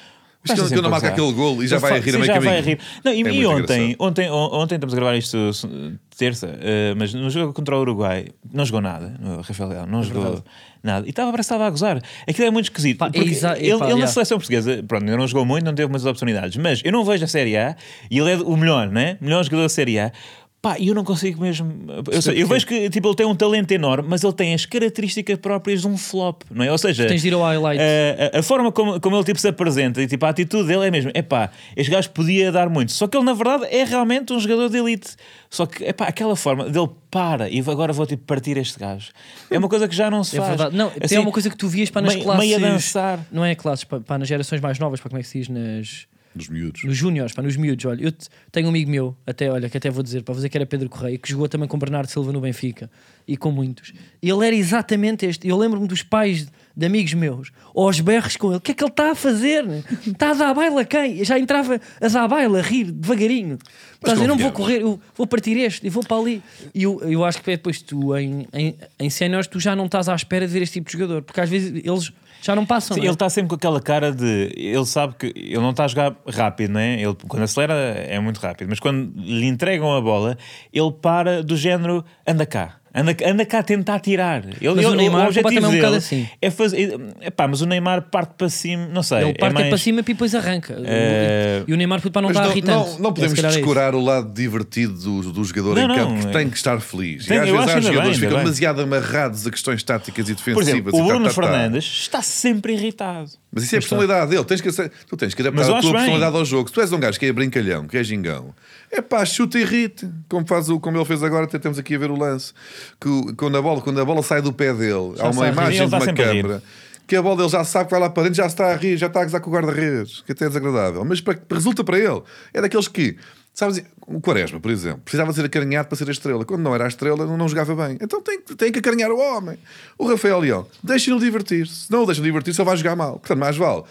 Speaker 3: Mas que ele não marca aquele gol e já vai a rir
Speaker 2: Sim,
Speaker 3: a meio
Speaker 2: já vai
Speaker 3: caminho.
Speaker 2: a rir. Não, e
Speaker 3: É
Speaker 2: e
Speaker 3: muito
Speaker 2: ontem,
Speaker 3: engraçado.
Speaker 2: ontem, on- ontem estamos a gravar isto se- terça, eh, mas no jogo contra o Uruguai não jogou nada, no Rafael Leão,
Speaker 1: É
Speaker 2: não jogou nada. E estava, parece que estava a gozar. Aquilo é muito esquisito.
Speaker 1: Pá, é
Speaker 2: porque
Speaker 1: exa- é
Speaker 2: ele
Speaker 1: pá,
Speaker 2: ele na
Speaker 1: yeah.
Speaker 2: seleção portuguesa, pronto, ainda não jogou muito, não teve muitas oportunidades, mas eu não vejo a Série A e ele é o melhor, né? Melhor jogador da Série A. Pá, eu não consigo mesmo. Eu, sei- eu vejo que tipo, ele tem um talento enorme, mas ele tem as características próprias de um flop, não é? Ou seja, eh,
Speaker 1: Tens de ir ao highlight.
Speaker 2: a- a, a forma como, como ele tipo, se apresenta e tipo, a atitude dele é mesmo: epá, este gajo podia dar muito. Só que ele, na verdade, é realmente um jogador de elite. Só que, epá, aquela forma dele para e agora vou tipo, partir este gajo. É uma coisa que já não se
Speaker 1: É
Speaker 2: faz.
Speaker 1: verdade. Não,
Speaker 2: Assim,
Speaker 1: tem uma coisa que tu vias para nas
Speaker 2: meio-
Speaker 1: classes.
Speaker 2: meio a dançar.
Speaker 1: Não é classes, para, nas gerações mais novas, para como é que se diz? Nas,
Speaker 3: Dos miúdos.
Speaker 1: nos júniores, para nos miúdos. Olha, eu te- tenho um amigo meu, até, olha, que até vou dizer, para fazer que era Pedro Correia, que jogou também com Bernardo Silva no Benfica e com muitos. E ele era exatamente este. Eu lembro-me dos pais de amigos meus, aos berros com ele. O que é que ele está a fazer? né? Está a dar baila a quem? Eu já entrava a dar baila, a rir, devagarinho. Estás a dizer, eu não vou
Speaker 3: convenhamos.
Speaker 1: correr correr, eu vou partir este e vou para ali. E eu, eu acho que é depois tu, em, em, em séniores, tu já não estás à espera de ver este tipo de jogador, porque às vezes eles já não passam.
Speaker 2: Sim,
Speaker 1: não é?
Speaker 2: ele está sempre com aquela cara de. Ele sabe que ele não está a jogar rápido, não é? Ele, quando acelera é muito rápido, mas quando lhe entregam a bola, ele para do género anda cá. Anda, anda cá a tentar tirar. Ele,
Speaker 1: Mas o
Speaker 2: ele-
Speaker 1: Neymar
Speaker 2: objetivo
Speaker 1: também é um
Speaker 2: dele
Speaker 1: bocado assim.
Speaker 2: É fazer, é, pá, mas o Neymar parte para cima, não sei.
Speaker 1: Ele parte é
Speaker 2: é mais,
Speaker 1: para cima e depois arranca.
Speaker 2: É.
Speaker 1: E o Neymar puto, para não
Speaker 3: Mas
Speaker 1: estar
Speaker 3: não,
Speaker 1: irritante.
Speaker 3: não- não
Speaker 1: É,
Speaker 3: podemos
Speaker 1: se calhar é isso.
Speaker 3: descurar o lado divertido do, do jogador
Speaker 2: Não,
Speaker 3: em
Speaker 2: não,
Speaker 3: campo, que
Speaker 2: é.
Speaker 3: tem que estar feliz.
Speaker 2: Tem,
Speaker 3: e às
Speaker 2: eu
Speaker 3: vezes
Speaker 2: acho
Speaker 3: há
Speaker 2: ainda bem,
Speaker 3: jogadores que
Speaker 2: ainda
Speaker 3: ficam
Speaker 2: bem.
Speaker 3: demasiado amarrados a questões táticas e
Speaker 2: Por
Speaker 3: defensivas.
Speaker 2: exemplo,
Speaker 3: e
Speaker 2: o
Speaker 3: tá,
Speaker 2: Bruno
Speaker 3: tá, tá.
Speaker 2: Fernandes está sempre irritado.
Speaker 3: Mas isso é a personalidade dele. Tens que, ace- tu tens que adaptar
Speaker 2: Mas eu
Speaker 3: a
Speaker 2: acho
Speaker 3: tua
Speaker 2: bem.
Speaker 3: personalidade ao jogo. Se tu és um gajo que é brincalhão, que é gingão, é pá, chuta e rite. Como, faz o, como ele fez agora, até temos aqui a ver o lance. Que, o- quando, a bola, quando a bola sai do pé dele, há
Speaker 2: sai a
Speaker 3: uma
Speaker 2: rir. Ele
Speaker 3: imagem de
Speaker 2: está
Speaker 3: uma
Speaker 2: sempre a rir.
Speaker 3: câmara. Que a bola ele já sabe que vai lá para dentro, já se está a rir, já está a gozar com o guarda-redes, que até é desagradável. Mas para- resulta para ele. É daqueles que, sabes, o Quaresma, por exemplo, precisava ser acarinhado para ser a estrela. Quando não era a estrela, não, não jogava bem. Então tem, que- tem que acarinhar o homem. O Rafael Leão, deixem-no divertir-se. Se não o deixam divertir-se, ele vai jogar mal. Portanto, mais vale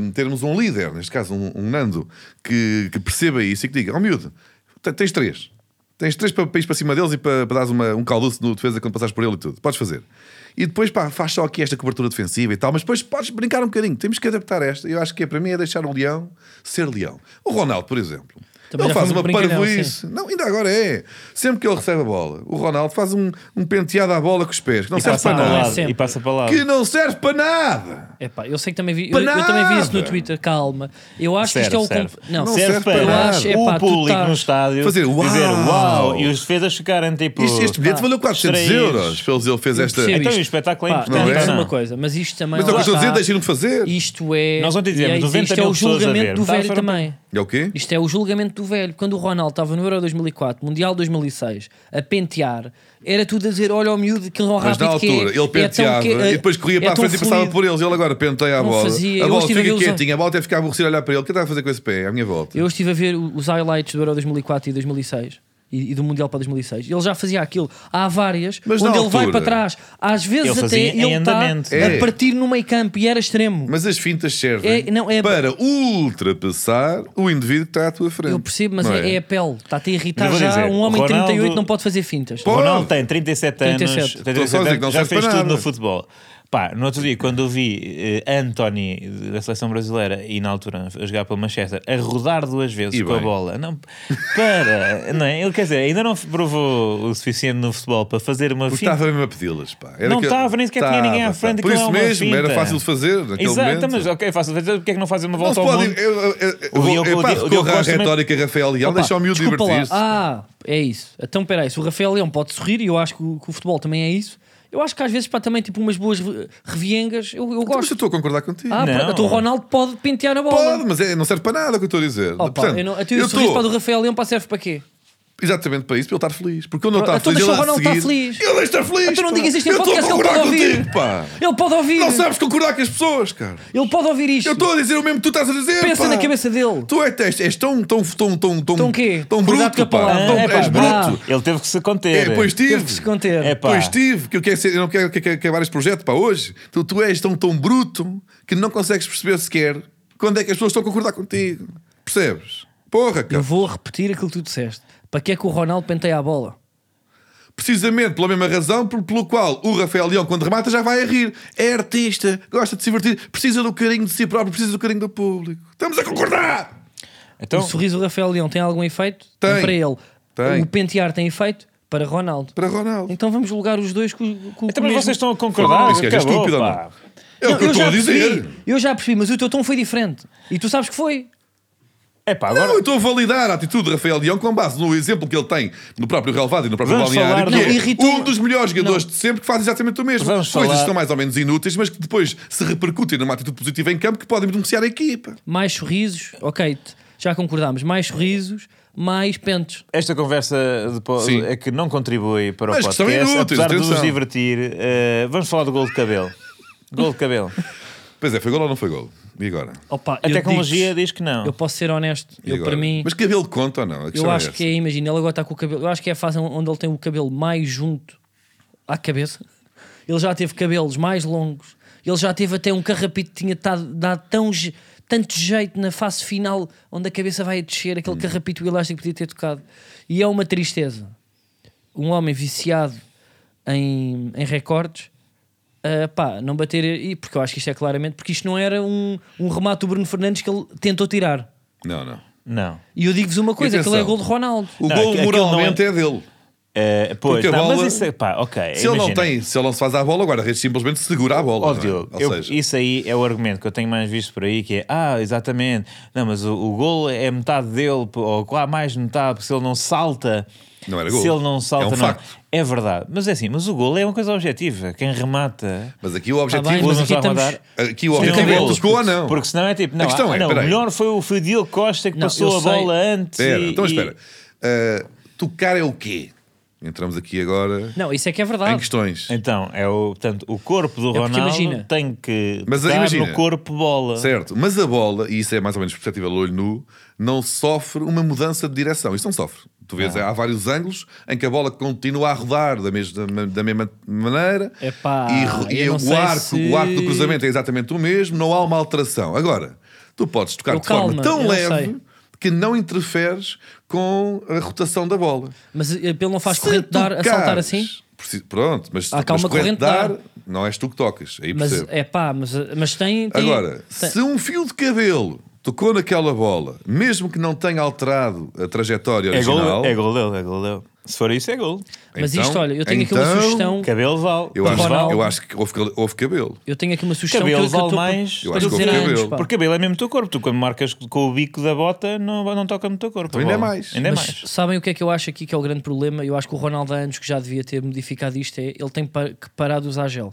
Speaker 3: hum, termos um líder, neste caso um, um Nando, que, que perceba isso e que diga: ó miúdo, te- tens três. Tens três papéis para cima deles e para, para dares uma, um calduço no defesa quando passares por ele e tudo. Podes fazer. E depois, pá, faz só aqui esta cobertura defensiva e tal, mas depois podes brincar um bocadinho. Temos que adaptar esta. Eu acho que é para mim é deixar o leão ser leão. O Ronaldo, por exemplo.
Speaker 1: Também já
Speaker 3: ele
Speaker 1: foi
Speaker 3: faz uma
Speaker 1: muito brincalhão,
Speaker 3: parvoíce. Não, ainda agora é. Sempre que ele recebe a bola, o Ronaldo faz um, um penteado à bola com os pés, que não
Speaker 2: E
Speaker 3: serve
Speaker 2: passa,
Speaker 3: para
Speaker 1: lá.
Speaker 2: para
Speaker 3: nada.
Speaker 1: É
Speaker 2: lado,
Speaker 1: sempre.
Speaker 2: e passa para lá.
Speaker 3: Que não serve para nada!
Speaker 1: Epá, eu sei que também vi. Eu,
Speaker 3: Para
Speaker 1: eu também vi isso no
Speaker 3: nada.
Speaker 1: Twitter, calma. Eu acho que isto é o.
Speaker 2: serve.
Speaker 1: comp-
Speaker 2: Não,
Speaker 1: Não,
Speaker 2: serve,
Speaker 3: serve para
Speaker 2: para
Speaker 3: nada.
Speaker 1: Eu acho, epá,
Speaker 2: o
Speaker 1: é tu tá-
Speaker 2: público
Speaker 1: estás-
Speaker 2: no estádio
Speaker 3: Fazer uau.
Speaker 2: dizer uau e os defesas ficarem tipo.
Speaker 3: Este, este bilhete
Speaker 1: Pá,
Speaker 3: valeu 400
Speaker 2: distraídos.
Speaker 3: euros. Pelos ele fez esta.
Speaker 1: percebo
Speaker 2: Então,
Speaker 1: isto.
Speaker 2: o espetáculo é
Speaker 1: Pá,
Speaker 2: importante,
Speaker 1: eu digo-te
Speaker 3: não é?
Speaker 1: uma coisa, mas isto também.
Speaker 3: Mas é o que eu
Speaker 1: lá
Speaker 3: estou a dizer,
Speaker 1: está.
Speaker 3: deixem-no fazer.
Speaker 1: Isto é.
Speaker 2: Nós ontem dizemos,
Speaker 1: e é-
Speaker 2: 90
Speaker 1: Isto é
Speaker 2: mil
Speaker 1: o
Speaker 2: pessoas a
Speaker 1: julgamento
Speaker 2: ver. Tá
Speaker 1: do
Speaker 2: Está a
Speaker 1: velho
Speaker 2: falar para-
Speaker 1: também.
Speaker 3: É o quê?
Speaker 1: Isto é o julgamento do velho. Quando o Ronaldo estava no Euro 2004, Mundial 2006, a pentear, era tudo a dizer: olha o miúdo, que não
Speaker 3: Mas
Speaker 1: rápido
Speaker 3: na altura,
Speaker 1: que é,
Speaker 3: ele penteava
Speaker 1: é tão que- é-
Speaker 3: e depois corria
Speaker 1: é
Speaker 3: para a
Speaker 1: tão
Speaker 3: frente e passava
Speaker 1: fluido."
Speaker 3: por eles. Ele agora penteia a
Speaker 1: Não
Speaker 3: bola.
Speaker 1: fazia.
Speaker 3: A
Speaker 1: Eu
Speaker 3: bola
Speaker 1: estive a
Speaker 3: fica
Speaker 1: ver os-
Speaker 3: quietinha, a bola até ficar é aborrecida a olhar para ele. O que está a fazer com esse pé? À minha volta.
Speaker 1: Eu estive a ver o- os highlights do Euro 2004 e 2006 e, e do Mundial para 2006. Ele já fazia aquilo. Há várias
Speaker 3: Mas
Speaker 1: onde
Speaker 3: na
Speaker 1: ele vai
Speaker 3: altura-
Speaker 1: para trás. Às vezes
Speaker 2: Ele
Speaker 1: até
Speaker 2: fazia em
Speaker 1: ele está
Speaker 2: andamento.
Speaker 3: É.
Speaker 1: a partir no meio campo e era extremo.
Speaker 3: Mas as fintas servem
Speaker 1: É, não, é-
Speaker 3: para ultrapassar o indivíduo que está à tua frente.
Speaker 1: Eu percebo, mas
Speaker 3: não
Speaker 1: é, é a pele. Está-te a irritar
Speaker 2: Mas vou
Speaker 1: já.
Speaker 2: dizer,
Speaker 1: um homem de
Speaker 2: Ronaldo-
Speaker 1: 38 não pode fazer fintas.
Speaker 3: Pô,
Speaker 2: Ronaldo tem 37,
Speaker 1: 37.
Speaker 2: anos,
Speaker 1: Estou
Speaker 2: 37
Speaker 3: só a dizer que não
Speaker 2: anos já
Speaker 3: serve
Speaker 2: fez
Speaker 3: para
Speaker 2: tudo
Speaker 3: nada.
Speaker 2: no futebol. Pá, no outro dia, quando eu vi eh, Anthony da seleção brasileira e na altura a jogar pelo Manchester a rodar duas vezes
Speaker 3: E
Speaker 2: com a
Speaker 3: bem.
Speaker 2: bola, não, para, não é? Ele quer dizer, ainda não provou o suficiente no futebol para fazer uma
Speaker 3: Porque
Speaker 2: finta.
Speaker 3: estava mesmo a pedi-las, pá. Era
Speaker 2: Não
Speaker 3: que-
Speaker 2: estava, nem sequer tinha ninguém à
Speaker 3: Estava,
Speaker 2: frente,
Speaker 3: pá. Por
Speaker 2: aquilo
Speaker 3: isso
Speaker 2: é uma
Speaker 3: mesmo, era
Speaker 2: finta.
Speaker 3: fácil de fazer naquele
Speaker 2: Exato,
Speaker 3: momento.
Speaker 2: mas ok, faço porque é que não fazem uma
Speaker 3: Não
Speaker 2: volta ao
Speaker 3: se pode. é,
Speaker 2: mundo?
Speaker 3: Eu, eu, eu, eu,
Speaker 2: O
Speaker 3: vou-
Speaker 2: Diogo- o
Speaker 3: epá,
Speaker 2: Diogo- o
Speaker 3: corra
Speaker 2: Diogo
Speaker 3: a
Speaker 2: Costa também-
Speaker 3: retórica Rafael Leal,
Speaker 1: Opa,
Speaker 3: deixa o miúdo
Speaker 1: desculpa lá.
Speaker 3: divertir-se. Então,
Speaker 1: Ah, é isso. Então, peraí, se o Rafael Leão pode sorrir, e eu acho que o, que o futebol também é isso, eu acho que às vezes para também tipo umas boas re- reviengas, eu, eu
Speaker 3: Então, Mas eu
Speaker 1: gosto.
Speaker 3: estou a concordar contigo.
Speaker 1: Ah,
Speaker 2: Não.
Speaker 1: pronto, então o Ronaldo pode pentear a bola.
Speaker 3: Pode, mas é- não serve para nada o que eu estou a dizer.
Speaker 1: Opa,
Speaker 3: Portanto,
Speaker 1: eu não, então, e o
Speaker 3: eu
Speaker 1: sorriso
Speaker 3: estou-
Speaker 1: para o Rafael Leão para serve para quê?
Speaker 3: Exatamente para isso, para ele estar feliz. Porque eu não
Speaker 1: Pronto,
Speaker 3: estava
Speaker 1: então
Speaker 3: feliz.
Speaker 1: deixa o
Speaker 3: ele a
Speaker 1: Ronaldo estar
Speaker 3: seguir-
Speaker 1: feliz.
Speaker 3: Ele está feliz.
Speaker 1: Então não
Speaker 3: pá.
Speaker 1: digas isto em
Speaker 3: Eu estou a
Speaker 1: podcast, ele
Speaker 3: concordar
Speaker 1: pode ouvir.
Speaker 3: contigo, pá.
Speaker 1: Ele pode ouvir.
Speaker 3: Não sabes concordar com as pessoas, cara.
Speaker 1: Ele pode ouvir isto.
Speaker 3: Eu estou a dizer o mesmo que tu estás a dizer.
Speaker 1: Pensa
Speaker 3: pá.
Speaker 1: na cabeça dele.
Speaker 3: Tu é- és, és tão, tão, tão, tão, tão,
Speaker 1: Tão quê?
Speaker 3: tão
Speaker 1: Cuidado com a
Speaker 3: bruto, pá.
Speaker 1: palavra.
Speaker 3: Tão-
Speaker 1: É, pá,
Speaker 3: és
Speaker 1: vá.
Speaker 3: bruto.
Speaker 2: Ah, Ele teve que se conter.
Speaker 3: É, pois
Speaker 1: Teve que se
Speaker 3: tive.
Speaker 1: conter.
Speaker 2: É pá.
Speaker 3: Pois tive, que eu, quero ser- eu não quero, quero acabar este projeto para hoje. Tu, tu és tão, tão bruto que não consegues perceber sequer quando é que as pessoas estão a concordar contigo. Percebes? Porra,
Speaker 1: Eu
Speaker 3: cara.
Speaker 1: vou repetir aquilo que tu disseste. Para que é que o Ronaldo penteia a bola?
Speaker 3: Precisamente pela mesma razão pelo, pelo qual o Rafael Leão, quando remata, já vai a rir. É artista, gosta de se divertir, precisa do carinho de si próprio, precisa do carinho do público. Estamos a concordar!
Speaker 2: Então,
Speaker 3: um
Speaker 1: O sorriso do Rafael Leão tem algum efeito?
Speaker 3: Tem.
Speaker 1: Para ele.
Speaker 3: Tem.
Speaker 1: O pentear tem efeito? Para Ronaldo.
Speaker 3: Para Ronaldo.
Speaker 1: Então vamos julgar os dois com, com- com
Speaker 2: então
Speaker 1: o
Speaker 2: mas
Speaker 1: mesmo...
Speaker 2: vocês estão a concordar?
Speaker 3: Isso que és
Speaker 2: Acabou,
Speaker 3: estúpido,
Speaker 2: pá.
Speaker 3: não? É o que eu estou
Speaker 1: já
Speaker 3: a dizer.
Speaker 1: percebi, eu já percebi, mas o teu tom foi diferente. E tu sabes que foi.
Speaker 2: É pá,
Speaker 3: Não,
Speaker 2: agora
Speaker 3: eu estou a validar a atitude de Rafael Leão com base no exemplo que ele tem no próprio relevado e no próprio
Speaker 2: Vamos
Speaker 3: balneário,
Speaker 2: falar
Speaker 3: que
Speaker 2: do-
Speaker 3: é
Speaker 1: Irritou-
Speaker 3: um dos melhores jogadores de sempre que faz exatamente o mesmo.
Speaker 2: Vamos
Speaker 3: Coisas
Speaker 2: falar-
Speaker 3: que são mais ou menos inúteis, mas que depois se repercutem numa atitude positiva em campo que podem beneficiar a equipa.
Speaker 1: Mais sorrisos, ok, t- já concordámos. Mais sorrisos, mais pentes.
Speaker 2: esta conversa de po-
Speaker 3: Sim.
Speaker 2: é que não contribui para o
Speaker 3: Mas que são
Speaker 2: podcast,
Speaker 3: inúteis,
Speaker 2: apesar de nos
Speaker 3: atenção.
Speaker 2: divertir. eh, vamos falar do gol de cabelo. gol de cabelo.
Speaker 3: Pois é, foi gol ou não foi gol? E agora?
Speaker 1: Opa,
Speaker 2: A
Speaker 1: eu
Speaker 2: tecnologia
Speaker 1: digo-te,
Speaker 2: diz que não.
Speaker 1: Eu posso ser honesto.
Speaker 3: E
Speaker 1: Eu,
Speaker 3: agora?
Speaker 1: para mim,
Speaker 3: Mas cabelo conta ou não? A
Speaker 1: eu
Speaker 3: questão é
Speaker 1: acho
Speaker 3: essa.
Speaker 1: que é, imagina, ele agora está com o cabelo. Eu acho que é a fase onde ele tem o cabelo mais junto à cabeça. Ele já teve cabelos mais longos. Ele já teve até um carrapito que tinha tado- dado tão, je- tanto jeito na fase final, onde a cabeça vai a descer,
Speaker 3: Hum.
Speaker 1: aquele carrapito elástico podia ter tocado. E é uma tristeza. um homem viciado em, em recordes, ah, pá, não bater. E, porque eu acho que isto é claramente. Porque isto não era um, um remate do Bruno Fernandes que ele tentou tirar.
Speaker 3: Não, não.
Speaker 2: Não.
Speaker 1: E eu digo-vos uma coisa: aquele é
Speaker 3: atenção.
Speaker 1: gol de Ronaldo.
Speaker 3: O
Speaker 2: Não,
Speaker 3: gol
Speaker 2: aquilo não
Speaker 3: moralmente é dele.
Speaker 2: Eh, pois,
Speaker 3: Porque a
Speaker 2: tá,
Speaker 3: bola-
Speaker 2: mas isso é pá, ok.
Speaker 3: Se ele, não
Speaker 2: imagina.
Speaker 3: tem, se ele não se faz à bola, o guarda-redes simplesmente segura a bola.
Speaker 2: Ó,
Speaker 3: não é?
Speaker 2: Diogo,
Speaker 3: Ou
Speaker 2: eu-
Speaker 3: seja,
Speaker 2: isso aí é o argumento que eu tenho mais visto por aí, que é, ah, exatamente, não, mas o, o gol é metade dele, ou há mais de metade, porque se ele não salta...
Speaker 3: Não era gol.
Speaker 2: Se ele não salta,
Speaker 3: É um
Speaker 2: não.
Speaker 3: facto.
Speaker 2: É verdade. Mas é assim, mas o gol é uma coisa objetiva. Quem remata...
Speaker 3: mas aqui o
Speaker 1: Tá
Speaker 3: objetivo.
Speaker 1: bem, mas
Speaker 2: Vamos
Speaker 1: aqui
Speaker 2: lá
Speaker 1: estamos.
Speaker 2: rodar.
Speaker 3: Aqui o
Speaker 2: Sim,
Speaker 3: objetivo
Speaker 2: não,
Speaker 3: é
Speaker 2: não.
Speaker 3: ele tocou ou não.
Speaker 2: Porque senão é tipo, não,
Speaker 3: A questão
Speaker 2: ah,
Speaker 3: é,
Speaker 2: não, o
Speaker 3: peraí.
Speaker 2: melhor foi o, foi o Diogo Costa que
Speaker 1: Não, eu
Speaker 2: passou a
Speaker 1: sei.
Speaker 2: bola antes.
Speaker 3: Espera,
Speaker 2: e-
Speaker 3: então
Speaker 2: e-
Speaker 3: espera. Ah, tocar é o quê? Entramos aqui agora
Speaker 1: Não, isso é que é
Speaker 3: em
Speaker 1: verdade.
Speaker 3: questões.
Speaker 2: Então, é o, portanto, o corpo do
Speaker 1: É porque
Speaker 2: Ronaldo
Speaker 1: imagina-
Speaker 2: tem que
Speaker 3: Mas
Speaker 2: dar
Speaker 3: imagina. é
Speaker 2: no corpo bola.
Speaker 3: Certo, mas a bola, e isso é mais ou menos perceptível a olho nu, não sofre uma mudança de direção. Isso não sofre. Tu vês, há vários ângulos em que a bola continua a rodar da mesma, da mesma maneira
Speaker 1: Epá,
Speaker 3: e, ro- e
Speaker 1: eu não
Speaker 3: o,
Speaker 1: sei
Speaker 3: arco,
Speaker 1: se-
Speaker 3: o arco do cruzamento é exatamente o mesmo, não há uma alteração. Agora, tu podes tocar
Speaker 1: Eu
Speaker 3: de forma
Speaker 1: Então, calma, eu
Speaker 3: tão
Speaker 1: não
Speaker 3: leve
Speaker 1: sei.
Speaker 3: que não interferes com a rotação da bola.
Speaker 1: Mas eh, ele não faz
Speaker 3: Se
Speaker 1: corrente de dar a
Speaker 3: tocares-
Speaker 1: saltar assim.
Speaker 3: Preci- Pronto, mas,
Speaker 1: Ah,
Speaker 3: mas
Speaker 1: calma, corrente
Speaker 3: corrente de dar, não és tu que tocas. Aí
Speaker 1: Mas
Speaker 3: percebo.
Speaker 1: é pá, mas, mas tem. tem-
Speaker 3: Agora,
Speaker 1: tem-
Speaker 3: se um fio de cabelo tocou naquela bola, mesmo que não tenha alterado a trajetória
Speaker 2: É
Speaker 3: original,
Speaker 2: gol, é gol dele, é gol dele. Se for isso, é gol.
Speaker 1: mas
Speaker 3: então-
Speaker 1: isto, olha, eu tenho aqui uma
Speaker 3: então-
Speaker 1: sugestão.
Speaker 2: Cabelo vale.
Speaker 3: eu acho,
Speaker 1: Ronaldo.
Speaker 3: eu acho que houve, cal- houve cabelo.
Speaker 1: Eu tenho aqui uma sugestão que eu-
Speaker 2: Cabelo
Speaker 1: que eu
Speaker 2: vale
Speaker 1: estou
Speaker 2: mais.
Speaker 1: para-
Speaker 3: Eu
Speaker 1: para
Speaker 3: acho que
Speaker 1: dizer
Speaker 3: o
Speaker 1: há anos,
Speaker 3: cabelo.
Speaker 1: pá.
Speaker 2: Porque cabelo é mesmo o teu corpo. Tu quando marcas com o bico da bota, não, não toca no teu corpo.
Speaker 3: Então ainda é
Speaker 2: a bola.
Speaker 3: mais.
Speaker 2: Ainda é
Speaker 1: Mas
Speaker 2: mais.
Speaker 1: sabem o que é que eu acho aqui que é o grande problema? Eu acho que o Ronaldo há anos que já devia ter modificado isto. É ele tem pa- que parar de usar gel.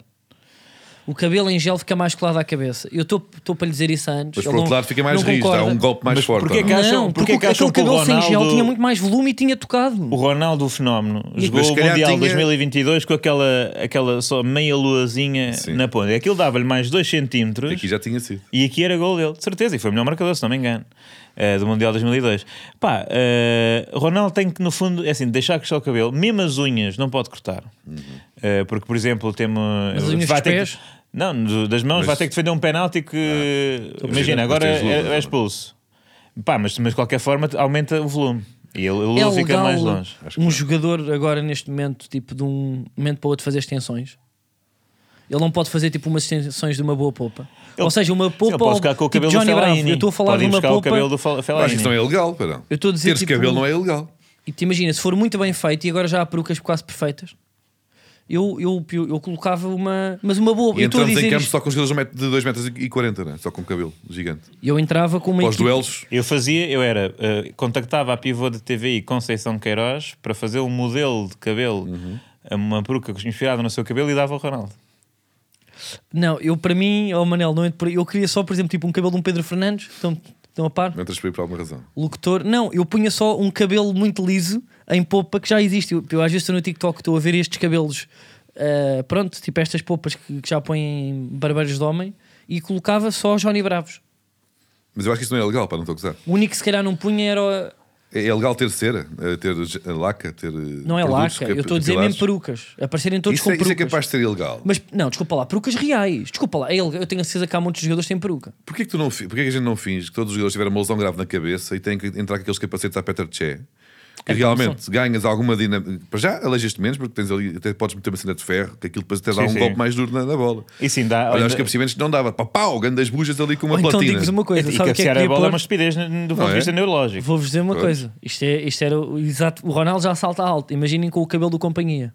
Speaker 1: o cabelo em gel fica mais colado à cabeça. Eu estou para lhe dizer isso há anos. Ele
Speaker 3: Mas por outro
Speaker 1: não-
Speaker 3: lado fica mais
Speaker 1: não
Speaker 3: rígido, há
Speaker 1: concorda.
Speaker 3: um golpe mais
Speaker 2: Mas
Speaker 3: forte.
Speaker 2: porquê
Speaker 3: ou não?
Speaker 2: que acham-
Speaker 1: não,
Speaker 2: porque
Speaker 1: porque,
Speaker 2: é que acham
Speaker 1: aquele
Speaker 2: que o
Speaker 1: cabelo sem gel
Speaker 2: Ronaldo-
Speaker 1: tinha muito mais volume e tinha tocado.
Speaker 2: O Ronaldo, o fenómeno,
Speaker 3: Mas
Speaker 2: jogou
Speaker 3: se
Speaker 2: o
Speaker 3: calhar
Speaker 2: Mundial
Speaker 3: tinha-
Speaker 2: 2022 com aquela, aquela só meia luazinha
Speaker 3: Sim.
Speaker 2: na ponta. Aquilo dava-lhe mais 2 centímetros
Speaker 3: Aqui já tinha sido.
Speaker 2: e aqui era gol dele, de certeza. E foi o melhor marcador, se não me engano, eh, do Mundial 2002. Pá, eh, Ronaldo tem que, no fundo, é assim, deixar crescer o cabelo. Mesmo as unhas, não pode cortar.
Speaker 3: Uhum.
Speaker 2: Eh, porque, por exemplo, temos...
Speaker 1: Mas as unhas
Speaker 2: vai
Speaker 1: dos
Speaker 2: ter que-
Speaker 1: pés?
Speaker 2: Não, do- das mãos
Speaker 3: Mas-
Speaker 2: vai ter que defender um penalti que... Imagina,
Speaker 3: percebendo.
Speaker 2: agora
Speaker 3: Mas tens luvas,
Speaker 2: é,
Speaker 3: não
Speaker 2: é
Speaker 3: é?
Speaker 2: expulso. Pá, mas, mas de qualquer forma aumenta o volume. E ele, ele
Speaker 1: É
Speaker 2: fica
Speaker 1: legal
Speaker 2: mais longe.
Speaker 1: um jogador agora neste momento, tipo, de um momento para o outro fazer extensões? Ele não pode fazer tipo umas extensões de uma boa polpa.
Speaker 2: Ele-
Speaker 1: Ou seja, uma
Speaker 2: Ele
Speaker 1: polpa
Speaker 2: pode
Speaker 1: ao-
Speaker 2: ficar com o
Speaker 1: tipo
Speaker 2: cabelo
Speaker 1: Johnny
Speaker 2: do Fellaini.
Speaker 1: Bravo. Eu estou a falar
Speaker 2: Pode
Speaker 1: de
Speaker 2: ir
Speaker 1: uma
Speaker 2: buscar
Speaker 1: polpa.
Speaker 2: o cabelo do Fel-
Speaker 3: Acho que
Speaker 2: Fellaini.
Speaker 3: isso não é ilegal, perdão.
Speaker 1: Eu estou a dizer,
Speaker 3: Teres
Speaker 1: tipo,
Speaker 3: cabelo não é ilegal.
Speaker 1: E te imagina, se for muito bem feito e agora já há perucas quase perfeitas, eu, eu, eu, eu colocava uma. Mas uma boa.
Speaker 3: E
Speaker 1: eu estou a
Speaker 3: entramos em
Speaker 1: dizer.
Speaker 3: campo
Speaker 1: isto.
Speaker 3: só com os jogadores de 2,40m, né? só com cabelo gigante.
Speaker 1: Eu entrava com uma.
Speaker 3: Para os
Speaker 1: equipa-
Speaker 3: duelos,
Speaker 2: Eu fazia, eu era, eh, contactava a pivô de TVI Conceição Queiroz para fazer um modelo de cabelo, uma peruca inspirada no seu cabelo e dava ao Ronaldo.
Speaker 1: Não, eu para mim, oh Manel, não entro por aí. eu queria só, por exemplo, tipo um cabelo de um Pedro Fernandes. Estão, estão a par?
Speaker 3: não entras por aí por alguma razão.
Speaker 1: Locutor. Não, eu punha só um cabelo muito liso em polpa que já existe. Eu, eu às vezes estou no TikTok, estou a ver estes cabelos. ah, pronto, tipo estas polpas que, que já põem barbeiros de homem. E colocava só Johnny Bravos.
Speaker 3: Mas eu acho que isso não é ilegal, para não estou a gozar.
Speaker 1: O único que se calhar não punha era. o-
Speaker 3: É é ilegal ter cera, eh, ter ge- laca, ter. eh,
Speaker 1: Não é laca, eu estou a dizer mesmo
Speaker 3: perucas.
Speaker 1: perucas. Aparecerem todos
Speaker 3: Isso,
Speaker 1: com
Speaker 3: é, isso
Speaker 1: perucas.
Speaker 3: é capaz de ser ilegal.
Speaker 1: Mas não, desculpa lá, perucas reais. Desculpa lá, é ilegal. eu tenho a certeza que há muitos jogadores que têm peruca.
Speaker 3: Porquê que, tu não, fi- porquê que a gente não finge que todos os jogadores tiveram uma lesão grave na cabeça e têm que entrar com aqueles capacetes à Peter Che? Que
Speaker 1: É,
Speaker 3: realmente ganhas alguma dinâmica. Para já, aleijas-te menos, porque tens ali, até podes meter uma cena de ferro, que aquilo depois até dá
Speaker 2: Sim,
Speaker 3: um
Speaker 2: sim.
Speaker 3: golpe mais duro na, na bola.
Speaker 2: E sim, dá.
Speaker 3: Olha, é
Speaker 2: ainda-
Speaker 3: os cabeceamentos não dava. Pá, pau, gandas bujas ali com uma
Speaker 1: Ah, Ou então
Speaker 3: platina.
Speaker 1: digo-vos uma coisa,
Speaker 2: e
Speaker 1: sabe o que é que
Speaker 2: cabecear a
Speaker 1: queria
Speaker 2: bola é
Speaker 1: pôr?
Speaker 2: uma estupidez n- do ponto de
Speaker 3: é?
Speaker 2: vista neurológico.
Speaker 1: Vou-vos dizer uma
Speaker 3: Pois.
Speaker 1: coisa. Isto, é, isto era o exato. O Ronaldo já salta alto. Imaginem com o cabelo do companhia.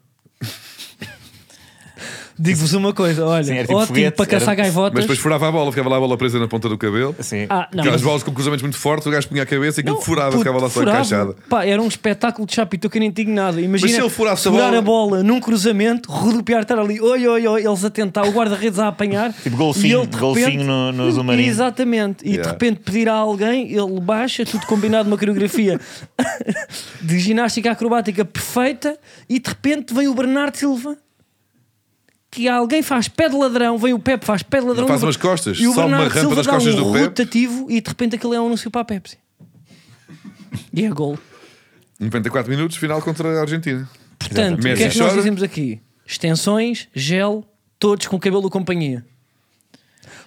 Speaker 1: Digo-vos uma coisa, olha,
Speaker 2: Sim, era tipo
Speaker 1: ótimo
Speaker 2: foguete,
Speaker 1: para caçar
Speaker 2: era-
Speaker 1: gaivotas.
Speaker 3: Mas depois furava a bola, ficava lá a bola presa na ponta do cabelo.
Speaker 2: Assim,
Speaker 1: Ah, não,
Speaker 3: Aquelas
Speaker 1: mas-
Speaker 3: bolas com cruzamentos muito fortes, o gajo punha a cabeça e aquilo
Speaker 1: Não,
Speaker 3: furava,
Speaker 1: puto,
Speaker 3: ficava lá só
Speaker 1: furava.
Speaker 3: encaixada.
Speaker 1: Pá, era um espetáculo de chapito que eu nem tinha nada. Imagina
Speaker 3: se ele furasse a
Speaker 1: segurar
Speaker 3: bola-
Speaker 1: a bola num cruzamento, rodopiar, estar ali, oi, oi, oi, eles a tentar, o guarda-redes a apanhar.
Speaker 2: Tipo golfinho- golfinho no- no submarino.
Speaker 1: Exatamente. E de
Speaker 3: Yeah.
Speaker 1: repente pedir a alguém, ele baixa, tudo combinado, uma coreografia de ginástica acrobática perfeita. E de repente vem o Bernardo Silva. Que alguém faz pé de ladrão, vem o Pepe, faz pé de ladrão.
Speaker 3: Faz umas costas,
Speaker 1: e o
Speaker 3: sobe uma
Speaker 1: Bernardo
Speaker 3: rampa
Speaker 1: Silva
Speaker 3: das
Speaker 1: dá
Speaker 3: costas
Speaker 1: um
Speaker 3: do Pepe.
Speaker 1: rotativo e de repente aquilo é um anúncio para a Pepsi. E é gol.
Speaker 3: 94 minutos, final contra a Argentina.
Speaker 1: Portanto, o que é que
Speaker 3: Messi
Speaker 1: nós
Speaker 3: chora.
Speaker 1: dizemos aqui? Extensões, gel, todos com cabelo de companhia.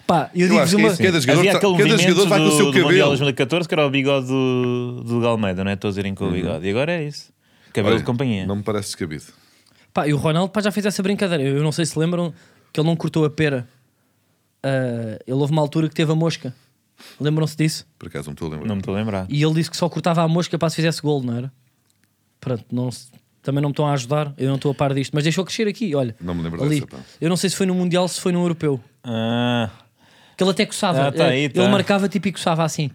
Speaker 1: Pá, eu,
Speaker 3: Eu
Speaker 1: digo-vos
Speaker 3: acho que é
Speaker 1: uma.
Speaker 3: isso, cada jogador,
Speaker 2: havia aquele
Speaker 3: cada
Speaker 2: movimento
Speaker 3: jogador vai com o seu
Speaker 2: do, do Mundial
Speaker 3: cabelo.
Speaker 2: 2014 que era o bigode do, do Galmeida, não é? Todos irem com o bigode. E agora é isso. Cabelo
Speaker 3: Uhum. Olha,
Speaker 2: de companhia.
Speaker 3: Não me parece descabido.
Speaker 1: Pá, e o Ronaldo pá, já fez essa brincadeira. Eu não sei se lembram que ele não cortou a pera. Ah, ele houve uma altura que teve a mosca. Lembram-se disso?
Speaker 3: Por acaso não estou a lembrar.
Speaker 2: Não me estou a lembrar.
Speaker 1: E ele disse que só cortava a mosca para se fizesse gol, não era? Pronto, não se- também não me estão a ajudar, eu não estou a par disto, mas deixou crescer aqui, olha.
Speaker 3: Não me lembro
Speaker 1: ali.
Speaker 3: dessa, pá.
Speaker 1: Eu não sei se foi no Mundial, se foi no Europeu.
Speaker 2: Ah,
Speaker 1: Que ele até coçava.
Speaker 2: Ah, tá aí,
Speaker 1: Eh,
Speaker 2: tá.
Speaker 1: Ele marcava tipo e coçava assim.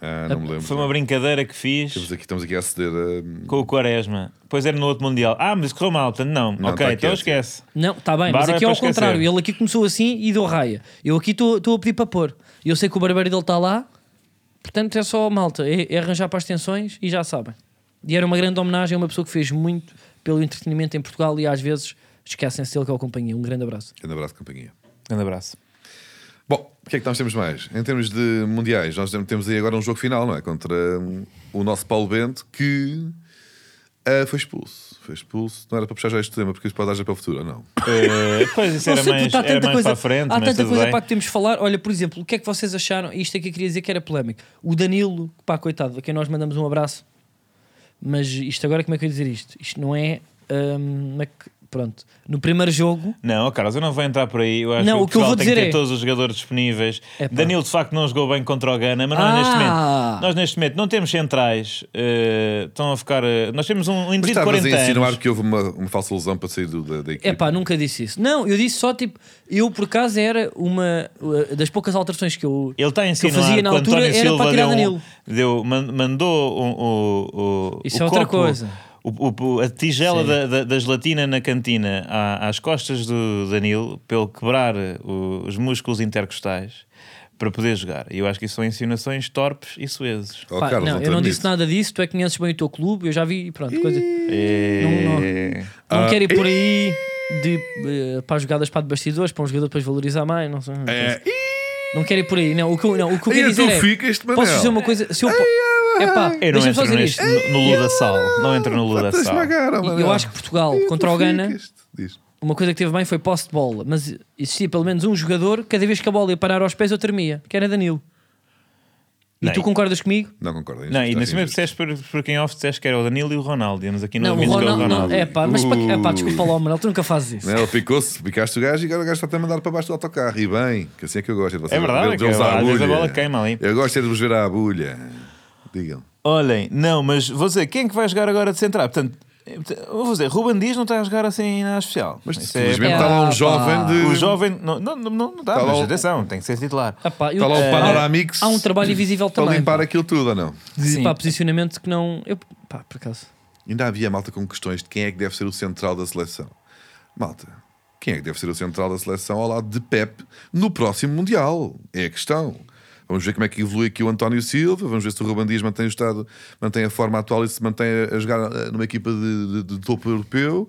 Speaker 3: Ah, não me lembro.
Speaker 2: foi uma brincadeira que fiz.
Speaker 3: Estamos aqui, estamos aqui a aceder a.
Speaker 2: Com o Quaresma. Pois era no outro Mundial. Ah, mas correu mal, portanto não.
Speaker 3: Não,
Speaker 2: ok,
Speaker 3: tá
Speaker 2: então
Speaker 3: quieto.
Speaker 2: esquece.
Speaker 1: Não, está bem, mas
Speaker 2: Barba é
Speaker 1: aqui
Speaker 2: para
Speaker 1: ao
Speaker 2: esquecer.
Speaker 1: contrário. Ele aqui começou assim e deu raia. Eu aqui estou a pedir para pôr. Eu sei que o barbeiro dele está lá, portanto é só malta, é, é arranjar para as tensões e já sabem. E era uma grande homenagem a uma pessoa que fez muito pelo entretenimento em Portugal e às vezes esquecem-se dele que é o companhia. Um grande abraço.
Speaker 3: Grande abraço, companhia.
Speaker 2: Grande abraço.
Speaker 3: Bom, o que é que nós temos mais? Em termos de mundiais, nós tem- temos aí agora um jogo final, não é? Contra hum, o nosso Paulo Bento, que ah, foi expulso. Foi expulso. Não era para puxar já este tema, porque isso pode dar já para o futuro, ou não?
Speaker 2: Eh, pois isso era
Speaker 1: Não sei,
Speaker 2: mais,
Speaker 1: puto, há
Speaker 2: era
Speaker 1: tanta
Speaker 2: mais
Speaker 1: coisa,
Speaker 2: para a frente,
Speaker 1: há
Speaker 2: mas
Speaker 1: tanta
Speaker 2: tudo
Speaker 1: coisa
Speaker 2: bem.
Speaker 1: pá, que temos de falar. Olha, por exemplo, o que é que vocês acharam? Isto aqui eu queria dizer que era polémico. O Danilo, pá, coitado, a quem nós mandamos um abraço. Mas isto agora, como é que eu ia dizer isto? Isto não é. hum, como é que- pronto, no primeiro jogo,
Speaker 2: Não, ó, Carlos, eu não vou entrar por aí. Eu acho
Speaker 1: Não,
Speaker 2: que o
Speaker 1: o que eu
Speaker 2: Portugal
Speaker 1: vou
Speaker 2: tem
Speaker 1: dizer
Speaker 2: que ter
Speaker 1: é-
Speaker 2: todos os jogadores disponíveis.
Speaker 1: Epá.
Speaker 2: Danilo, de facto, não jogou bem contra o Gana, mas nós, neste
Speaker 1: Ah!
Speaker 2: momento, nós neste momento não temos centrais. eh, estão a ficar. eh, nós temos um
Speaker 3: Mas
Speaker 2: indivíduo de
Speaker 3: estavas
Speaker 2: 40
Speaker 3: a insinuar
Speaker 2: anos.
Speaker 3: que houve uma, uma falsa lesão para sair do- da, da equipe.
Speaker 1: é pá,
Speaker 2: Tipo-
Speaker 1: nunca disse isso. Não, eu disse só tipo, eu por acaso era uma uh, das poucas alterações que eu.
Speaker 2: Ele está a
Speaker 1: que eu
Speaker 2: insinuar
Speaker 1: fazia na
Speaker 2: que o
Speaker 1: altura
Speaker 2: António
Speaker 1: era para
Speaker 2: Silva
Speaker 1: tirar
Speaker 2: deu, um-
Speaker 1: Danilo.
Speaker 2: deu- man- mandou um- o, o,
Speaker 1: Isso
Speaker 2: o
Speaker 1: é outra
Speaker 2: copo-
Speaker 1: coisa.
Speaker 2: O o- o- a tigela
Speaker 1: Sim.
Speaker 2: da, da, da gelatina na cantina à- às costas do Danilo pelo quebrar o- os músculos intercostais para poder jogar. E eu acho que isso são insinuações torpes e suezes.
Speaker 3: Oh,
Speaker 1: Pá,
Speaker 3: Carlos,
Speaker 1: não, eu não
Speaker 3: admito.
Speaker 1: disse nada disso, tu é que conheces bem o teu clube, eu já vi, pronto, coisa.
Speaker 2: É...
Speaker 1: Não
Speaker 3: Ah,
Speaker 1: quero ir por aí de, eh, para as jogadas para de bastidores, para um jogador depois valorizar mais, não sei. não sei.
Speaker 3: É, ih,
Speaker 1: Não quero ir por aí, não. O que eu, não, o que eu
Speaker 3: E
Speaker 1: quero
Speaker 3: tu
Speaker 1: dizer é,
Speaker 3: ficas, então Manel?
Speaker 1: posso dizer uma coisa? Se eu, é pá,
Speaker 2: Eu não
Speaker 1: deixa-me só
Speaker 2: entro
Speaker 1: dizer
Speaker 2: neste,
Speaker 1: isto.
Speaker 2: no, no Luda
Speaker 3: ah,
Speaker 2: Sal. Não entro no Luda
Speaker 3: estás
Speaker 2: Sal.
Speaker 3: esmagaram,
Speaker 1: E
Speaker 3: Manel.
Speaker 1: Eu acho que Portugal
Speaker 3: Ih, tu
Speaker 1: contra o Ghana,
Speaker 3: ficas, diz.
Speaker 1: uma coisa que teve bem foi posse de bola, mas existia pelo menos um jogador, cada vez que a bola ia parar aos pés eu tremia, que era Danilo. E
Speaker 2: Não,
Speaker 1: tu
Speaker 2: e-
Speaker 1: concordas comigo?
Speaker 3: Não concordo. é injusto,
Speaker 2: Não, e
Speaker 3: acho
Speaker 2: nesse mesmo
Speaker 3: injusto.
Speaker 2: disseste por, por quem off disseste que era o Danilo e o Ronaldo. Íamos aqui no
Speaker 1: Não, o
Speaker 2: domingo
Speaker 1: Ronaldo, não, é pá, mas para,
Speaker 3: Uh. Né?
Speaker 1: é pá, desculpa lá, Manuel, tu nunca fazes isso.
Speaker 3: Não, ele picou-se, picaste o gajo e agora o gajo está até a mandar para baixo do autocarro. E bem, que assim é que eu gosto. de vocês.
Speaker 2: É verdade,
Speaker 3: Eu-
Speaker 2: é
Speaker 3: de
Speaker 2: que
Speaker 3: eles à
Speaker 2: às vezes a
Speaker 3: agulha.
Speaker 2: bola queima ali.
Speaker 3: Eu gosto é de vos ver à agulha. Digam.
Speaker 2: Olhem, não, mas vou dizer, quem é que vai jogar agora de central? Portanto, vou dizer, Ruben Dias não está a jogar assim nada especial.
Speaker 3: Mas
Speaker 2: Isso
Speaker 3: felizmente
Speaker 1: é-
Speaker 3: está lá um
Speaker 1: Ah,
Speaker 3: jovem
Speaker 1: pá.
Speaker 3: de.
Speaker 2: O jovem não, não, não, não dá,
Speaker 3: Tá
Speaker 2: mas
Speaker 3: lá o-
Speaker 2: atenção, tem que ser titular.
Speaker 1: Ah, pá, eu-
Speaker 3: Está Tá lá o
Speaker 1: É.
Speaker 3: Panoramix.
Speaker 1: Há um trabalho invisível
Speaker 3: Para
Speaker 1: também.
Speaker 3: limpar aquilo tudo ou não?
Speaker 1: de
Speaker 2: Sim.
Speaker 1: pá, posicionamento que não. Eu, pá, por acaso.
Speaker 3: Ainda havia malta com questões de quem é que deve ser o central da seleção. Malta, quem é que deve ser o central da seleção ao lado de Pep no próximo Mundial? É a questão. Vamos ver como é que evolui aqui o António Silva, vamos ver se o Ruben Dias mantém o estado, mantém a forma atual e se mantém a, a jogar eh, numa equipa de, de- de topo europeu,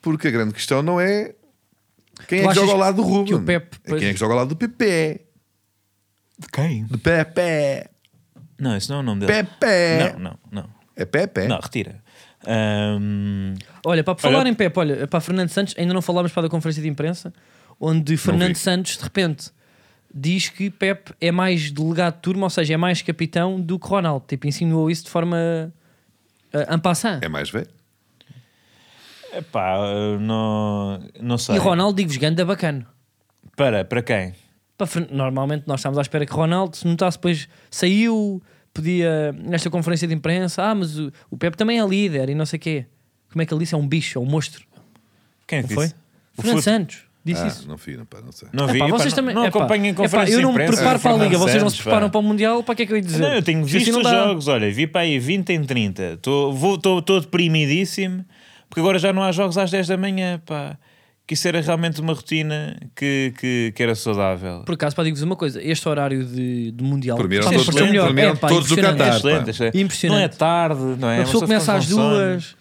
Speaker 3: porque a grande questão não é
Speaker 1: Tu
Speaker 3: quem é que
Speaker 1: achas
Speaker 3: joga ao lado do Ruben,
Speaker 1: que o Pep-
Speaker 3: é quem é que joga ao lado do Pepe,
Speaker 2: De quem?
Speaker 3: de Pepe,
Speaker 2: Não, esse não é o nome dele.
Speaker 3: Pepe,
Speaker 2: Não, não, não.
Speaker 3: é Pepe,
Speaker 2: Não, retira. Ahm,
Speaker 1: Olha, para falar em Pepe, olha, para Fernando Santos, ainda não falámos para a conferência de imprensa, onde Fernando
Speaker 3: vi.
Speaker 1: Santos, de repente, diz que Pepe é mais delegado de turma, ou seja, é mais capitão do que Ronaldo. Tipo, insinuou isso de forma. Uh, en passant.
Speaker 3: é mais velho.
Speaker 2: epá, não, não sei.
Speaker 1: e Ronaldo, digo-vos, ganda bacana.
Speaker 2: Para, para quem?
Speaker 1: Para Fern- Normalmente nós estávamos à espera que Ronaldo se notasse, depois saiu, podia, nesta conferência de imprensa, ah, mas o, o Pepe também é líder e não sei o quê. Como é que ele disse? É um bicho, é um monstro.
Speaker 2: Quem é que
Speaker 1: Não foi?
Speaker 2: disse? O
Speaker 1: Fernando
Speaker 2: Fute-
Speaker 1: Santos disse
Speaker 3: Ah,
Speaker 1: isso.
Speaker 3: não fui, não, pá, não sei.
Speaker 2: Não
Speaker 1: Epá,
Speaker 2: vi. epá,
Speaker 1: vocês
Speaker 2: não-
Speaker 1: também,
Speaker 2: não
Speaker 1: epá,
Speaker 2: acompanhem
Speaker 1: epá,
Speaker 2: conferências
Speaker 1: Eu não
Speaker 2: de
Speaker 1: me
Speaker 2: imprensa,
Speaker 1: preparo para a
Speaker 2: Fernando
Speaker 1: liga, vocês não se
Speaker 2: Santos,
Speaker 1: preparam
Speaker 2: pá.
Speaker 1: para o Mundial, para que é que eu ia dizer?
Speaker 2: Não, eu tenho
Speaker 1: Assim
Speaker 2: visto
Speaker 1: não
Speaker 2: os
Speaker 1: dá.
Speaker 2: jogos, olha, vi para aí 20 em 30. Estou deprimidíssimo, porque agora já não há jogos às 10 da manhã, pá. Que isso era realmente uma rotina que, que, que era saudável.
Speaker 1: Por acaso, para digo-vos uma coisa, este horário de, de Mundial
Speaker 3: Para mim eram
Speaker 1: só
Speaker 3: todos-
Speaker 1: me pareceu
Speaker 2: para
Speaker 1: melhor.
Speaker 3: mim eram
Speaker 1: É, pá,
Speaker 3: todos do
Speaker 1: impressionante.
Speaker 3: Qatar.
Speaker 2: Excelente,
Speaker 3: pá.
Speaker 2: excelente.
Speaker 1: Impressionante.
Speaker 2: Não é tarde, não é?
Speaker 1: A
Speaker 2: Uma
Speaker 1: pessoa
Speaker 2: fica
Speaker 1: começa
Speaker 2: com
Speaker 1: às
Speaker 2: sono.
Speaker 1: duas.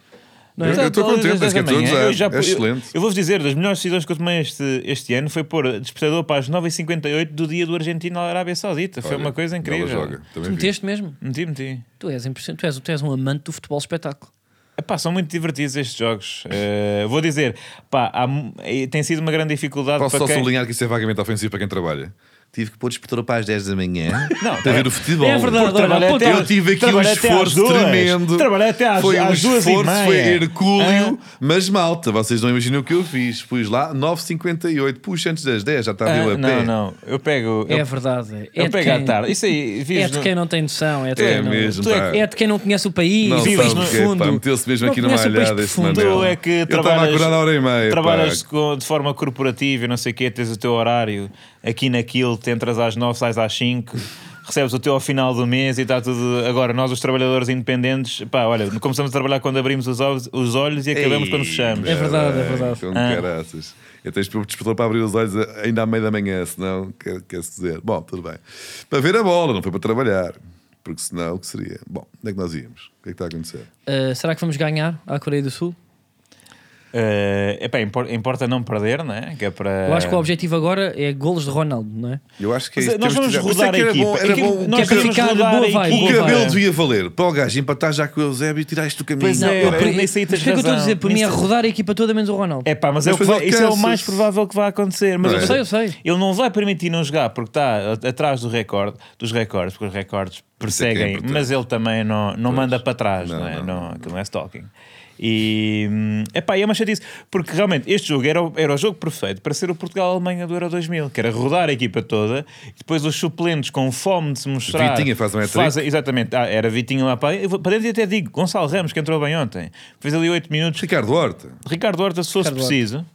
Speaker 1: não é?
Speaker 3: Eu- eu estou
Speaker 2: Todas
Speaker 3: contente,
Speaker 2: as dez
Speaker 3: mas
Speaker 2: da
Speaker 3: 14
Speaker 2: manhã.
Speaker 3: é-
Speaker 2: Eu já-
Speaker 3: é
Speaker 2: eu-
Speaker 3: excelente.
Speaker 2: Eu vou-vos dizer, das melhores decisões que eu tomei este, este ano foi pôr despertador para as 9h58 do dia do Argentino à Arábia Saudita. Foi
Speaker 3: Olha,
Speaker 2: uma coisa
Speaker 3: bela
Speaker 2: incrível.
Speaker 3: joga,
Speaker 1: Tu
Speaker 3: também vi.
Speaker 1: meteste mesmo?
Speaker 2: Meti, meti.
Speaker 1: Tu és, impressionante, tu, és, tu és um amante do futebol espetáculo.
Speaker 2: Epá, são muito divertidos estes jogos. Eh, vou dizer, pá, há mu- eh, tem sido uma grande dificuldade
Speaker 3: Posso
Speaker 2: para
Speaker 3: só
Speaker 2: quem...
Speaker 3: sublinhar que isso é vagamente ofensivo para quem trabalha. Tive que pôr despertador para as 10 da manhã
Speaker 2: Não,
Speaker 3: para ver o futebol.
Speaker 1: É verdade,
Speaker 3: Porque
Speaker 1: olha,
Speaker 2: Trabalhei
Speaker 1: aponta-
Speaker 2: até
Speaker 3: eu
Speaker 2: às-
Speaker 3: tive aqui um
Speaker 2: trabalhei até às
Speaker 3: esforço
Speaker 2: duas.
Speaker 3: tremendo.
Speaker 2: Trabalhei até às,
Speaker 3: foi
Speaker 2: às
Speaker 3: um
Speaker 2: duas
Speaker 3: esforço,
Speaker 2: e meia.
Speaker 3: foi hercúleo,
Speaker 2: Ah,
Speaker 3: mas malta, vocês não imaginam o que eu fiz. Pus lá 9,58, puxa antes das 10, já estava
Speaker 2: ah,
Speaker 3: eu a pé.
Speaker 2: não, não. Eu pego...
Speaker 1: É
Speaker 2: eu,
Speaker 1: verdade. É,
Speaker 2: eu
Speaker 1: de
Speaker 2: pego
Speaker 1: quem,
Speaker 2: à tarde. Isso aí,
Speaker 1: é
Speaker 2: vives
Speaker 1: de
Speaker 2: no-
Speaker 1: quem não tem noção. É de,
Speaker 3: É
Speaker 1: quem, não,
Speaker 3: mesmo,
Speaker 2: tu é-
Speaker 3: pá.
Speaker 1: é de quem não conhece o país,
Speaker 3: Não
Speaker 1: vives
Speaker 3: sabe
Speaker 1: no
Speaker 3: o que é, pá,
Speaker 1: fundo.
Speaker 3: meteu-se mesmo aqui numa
Speaker 1: conhece o país
Speaker 3: alhada
Speaker 1: de
Speaker 3: este
Speaker 1: fundo.
Speaker 3: Manel.
Speaker 2: Tu é que
Speaker 3: Eu estava
Speaker 2: trabalhas-
Speaker 3: a acordar à hora e meia.
Speaker 2: Trabalhas
Speaker 3: pá.
Speaker 2: com- de forma corporativa e não sei o quê, tens o teu horário aqui naquilo, te entras às 9, sais às 5, recebes o teu ao final do mês e está tudo. Agora, nós, os trabalhadores independentes, pá, olha, começamos a trabalhar quando abrimos os olhos, os olhos e acabamos
Speaker 3: Ei,
Speaker 2: quando fechamos.
Speaker 1: É verdade, é
Speaker 3: caralho,
Speaker 1: verdade.
Speaker 3: Com
Speaker 2: Ah.
Speaker 3: caraças. Eu tens de pôr o despertador para abrir os olhos ainda à meia da manhã, senão quer- quer-se dizer. Bom, tudo bem. Para ver a bola, não foi para trabalhar. Porque senão o que seria? Bom, onde é que nós íamos? O que é que está a acontecer?
Speaker 1: Ah, será que vamos ganhar à Coreia do Sul?
Speaker 2: Eh, epá, impor- importa não perder, não é? Que é para...
Speaker 1: Eu acho que o objetivo agora é golos de Ronaldo, não é?
Speaker 3: Eu acho que é
Speaker 2: Mas,
Speaker 3: isso.
Speaker 2: eh, Nós
Speaker 3: temos
Speaker 2: vamos
Speaker 3: que tirar- Mas é
Speaker 2: rodar a
Speaker 3: que era
Speaker 2: equipa.
Speaker 3: bom, era
Speaker 2: Equipa-
Speaker 3: bom.
Speaker 2: nós
Speaker 1: Que é para
Speaker 2: queremos
Speaker 1: ficar de
Speaker 2: rodar
Speaker 1: boa
Speaker 2: a
Speaker 1: vibe,
Speaker 2: equipa.
Speaker 1: boa
Speaker 3: O cabelo
Speaker 1: Vai.
Speaker 3: devia valer. Para o gajo empatar já com o Eusébio e tirar isto do caminho.
Speaker 2: Pois é,
Speaker 3: Eu-
Speaker 2: pá,
Speaker 1: por-
Speaker 2: nisso aí tens
Speaker 1: mas o que é que eu estou a
Speaker 2: razão.
Speaker 1: dizer? Por mim é
Speaker 2: Nisso-
Speaker 1: rodar a equipa toda menos o Ronaldo.
Speaker 2: É pá, mas,
Speaker 3: Mas
Speaker 2: é o que
Speaker 3: depois
Speaker 2: vai- isso é o
Speaker 3: alcanças.
Speaker 2: mais provável que vai acontecer. Mas
Speaker 3: Não é?
Speaker 1: Eu sei, eu sei.
Speaker 2: ele não vai permitir não jogar porque está a- atrás do recorde, dos recordes, porque os recordes
Speaker 3: é que é
Speaker 2: perseguem,
Speaker 3: importante.
Speaker 2: mas ele também não, não manda para trás,
Speaker 3: Não,
Speaker 2: não, é?
Speaker 3: não,
Speaker 2: Não, aquilo não é stalking. E hum, epá, e é uma chatice, porque realmente este jogo era o, era o jogo perfeito para ser o Portugal-Alemanha do Euro 2000, que era rodar a equipa toda e depois os suplentes com fome de se mostrar.
Speaker 3: Vitinha faz um hat-trick.
Speaker 2: fazem- Exatamente, Ah, era Vitinho lá para. Eu vou- Para dentro e até digo, Gonçalo Ramos, que entrou bem ontem, fez ali 8 minutos,
Speaker 3: Ricardo Horta.
Speaker 2: Ricardo Horta, se fosse
Speaker 1: Ricardo Horta.
Speaker 2: preciso,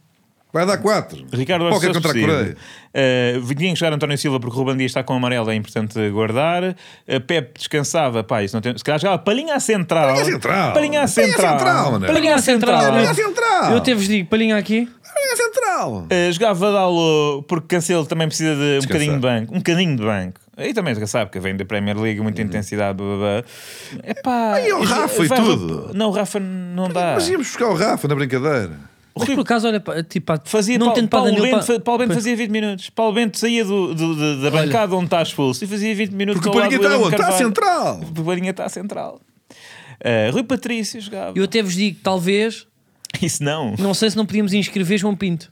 Speaker 3: Vai dar 4.
Speaker 2: Ricardo é
Speaker 3: Qualquer
Speaker 2: Arce
Speaker 3: contra a Coreia.
Speaker 2: Eh, Vinha chegar António Silva porque o Ruben Dias está com o amarelo, é importante guardar. Uh, Pep descansava, pá, isso não tem... se calhar jogava Palhinha à central.
Speaker 3: Palhinha à central.
Speaker 2: Palhinha à
Speaker 3: Palhinha à
Speaker 2: central.
Speaker 3: central, mané.
Speaker 2: Palhinha à central. é.
Speaker 3: Palhinha à central.
Speaker 1: Eu até vos digo, palhinha aqui.
Speaker 3: Coreia Central.
Speaker 2: Uh, jogava Dalo porque Cancelo também precisa de um
Speaker 3: Descansar.
Speaker 2: bocadinho de banco. Um bocadinho de banco. E também já sabe que vem da Premier League, muita intensidade. Blá, blá, blá. Epá,
Speaker 3: E Uhum. o Rafa e
Speaker 2: vai-
Speaker 3: tudo?
Speaker 2: Não, o Rafa não dá.
Speaker 3: Mas íamos buscar o Rafa na brincadeira.
Speaker 1: Mas
Speaker 2: Rui-
Speaker 1: por acaso, olha, pá, tipo, pá,
Speaker 2: Fazia
Speaker 1: não
Speaker 2: Paulo,
Speaker 1: tendo para
Speaker 2: Paulo
Speaker 1: Danilo,
Speaker 2: Bento,
Speaker 1: pá-
Speaker 2: fa- Paulo Bento fazia 20 minutos. Paulo Bento saía do, do- do- da bancada onde está expulso e fazia 20 minutos.
Speaker 3: Porque o
Speaker 2: ao lado
Speaker 3: Palhinha
Speaker 2: do
Speaker 3: está
Speaker 2: William
Speaker 3: onde? Está à
Speaker 2: Carvalho.
Speaker 3: central.
Speaker 2: O Palhinha está à central. Ah, Rui Patrício jogava.
Speaker 1: Eu até vos digo, talvez,
Speaker 2: Isso não.
Speaker 1: não sei se não podíamos inscrever João Pinto.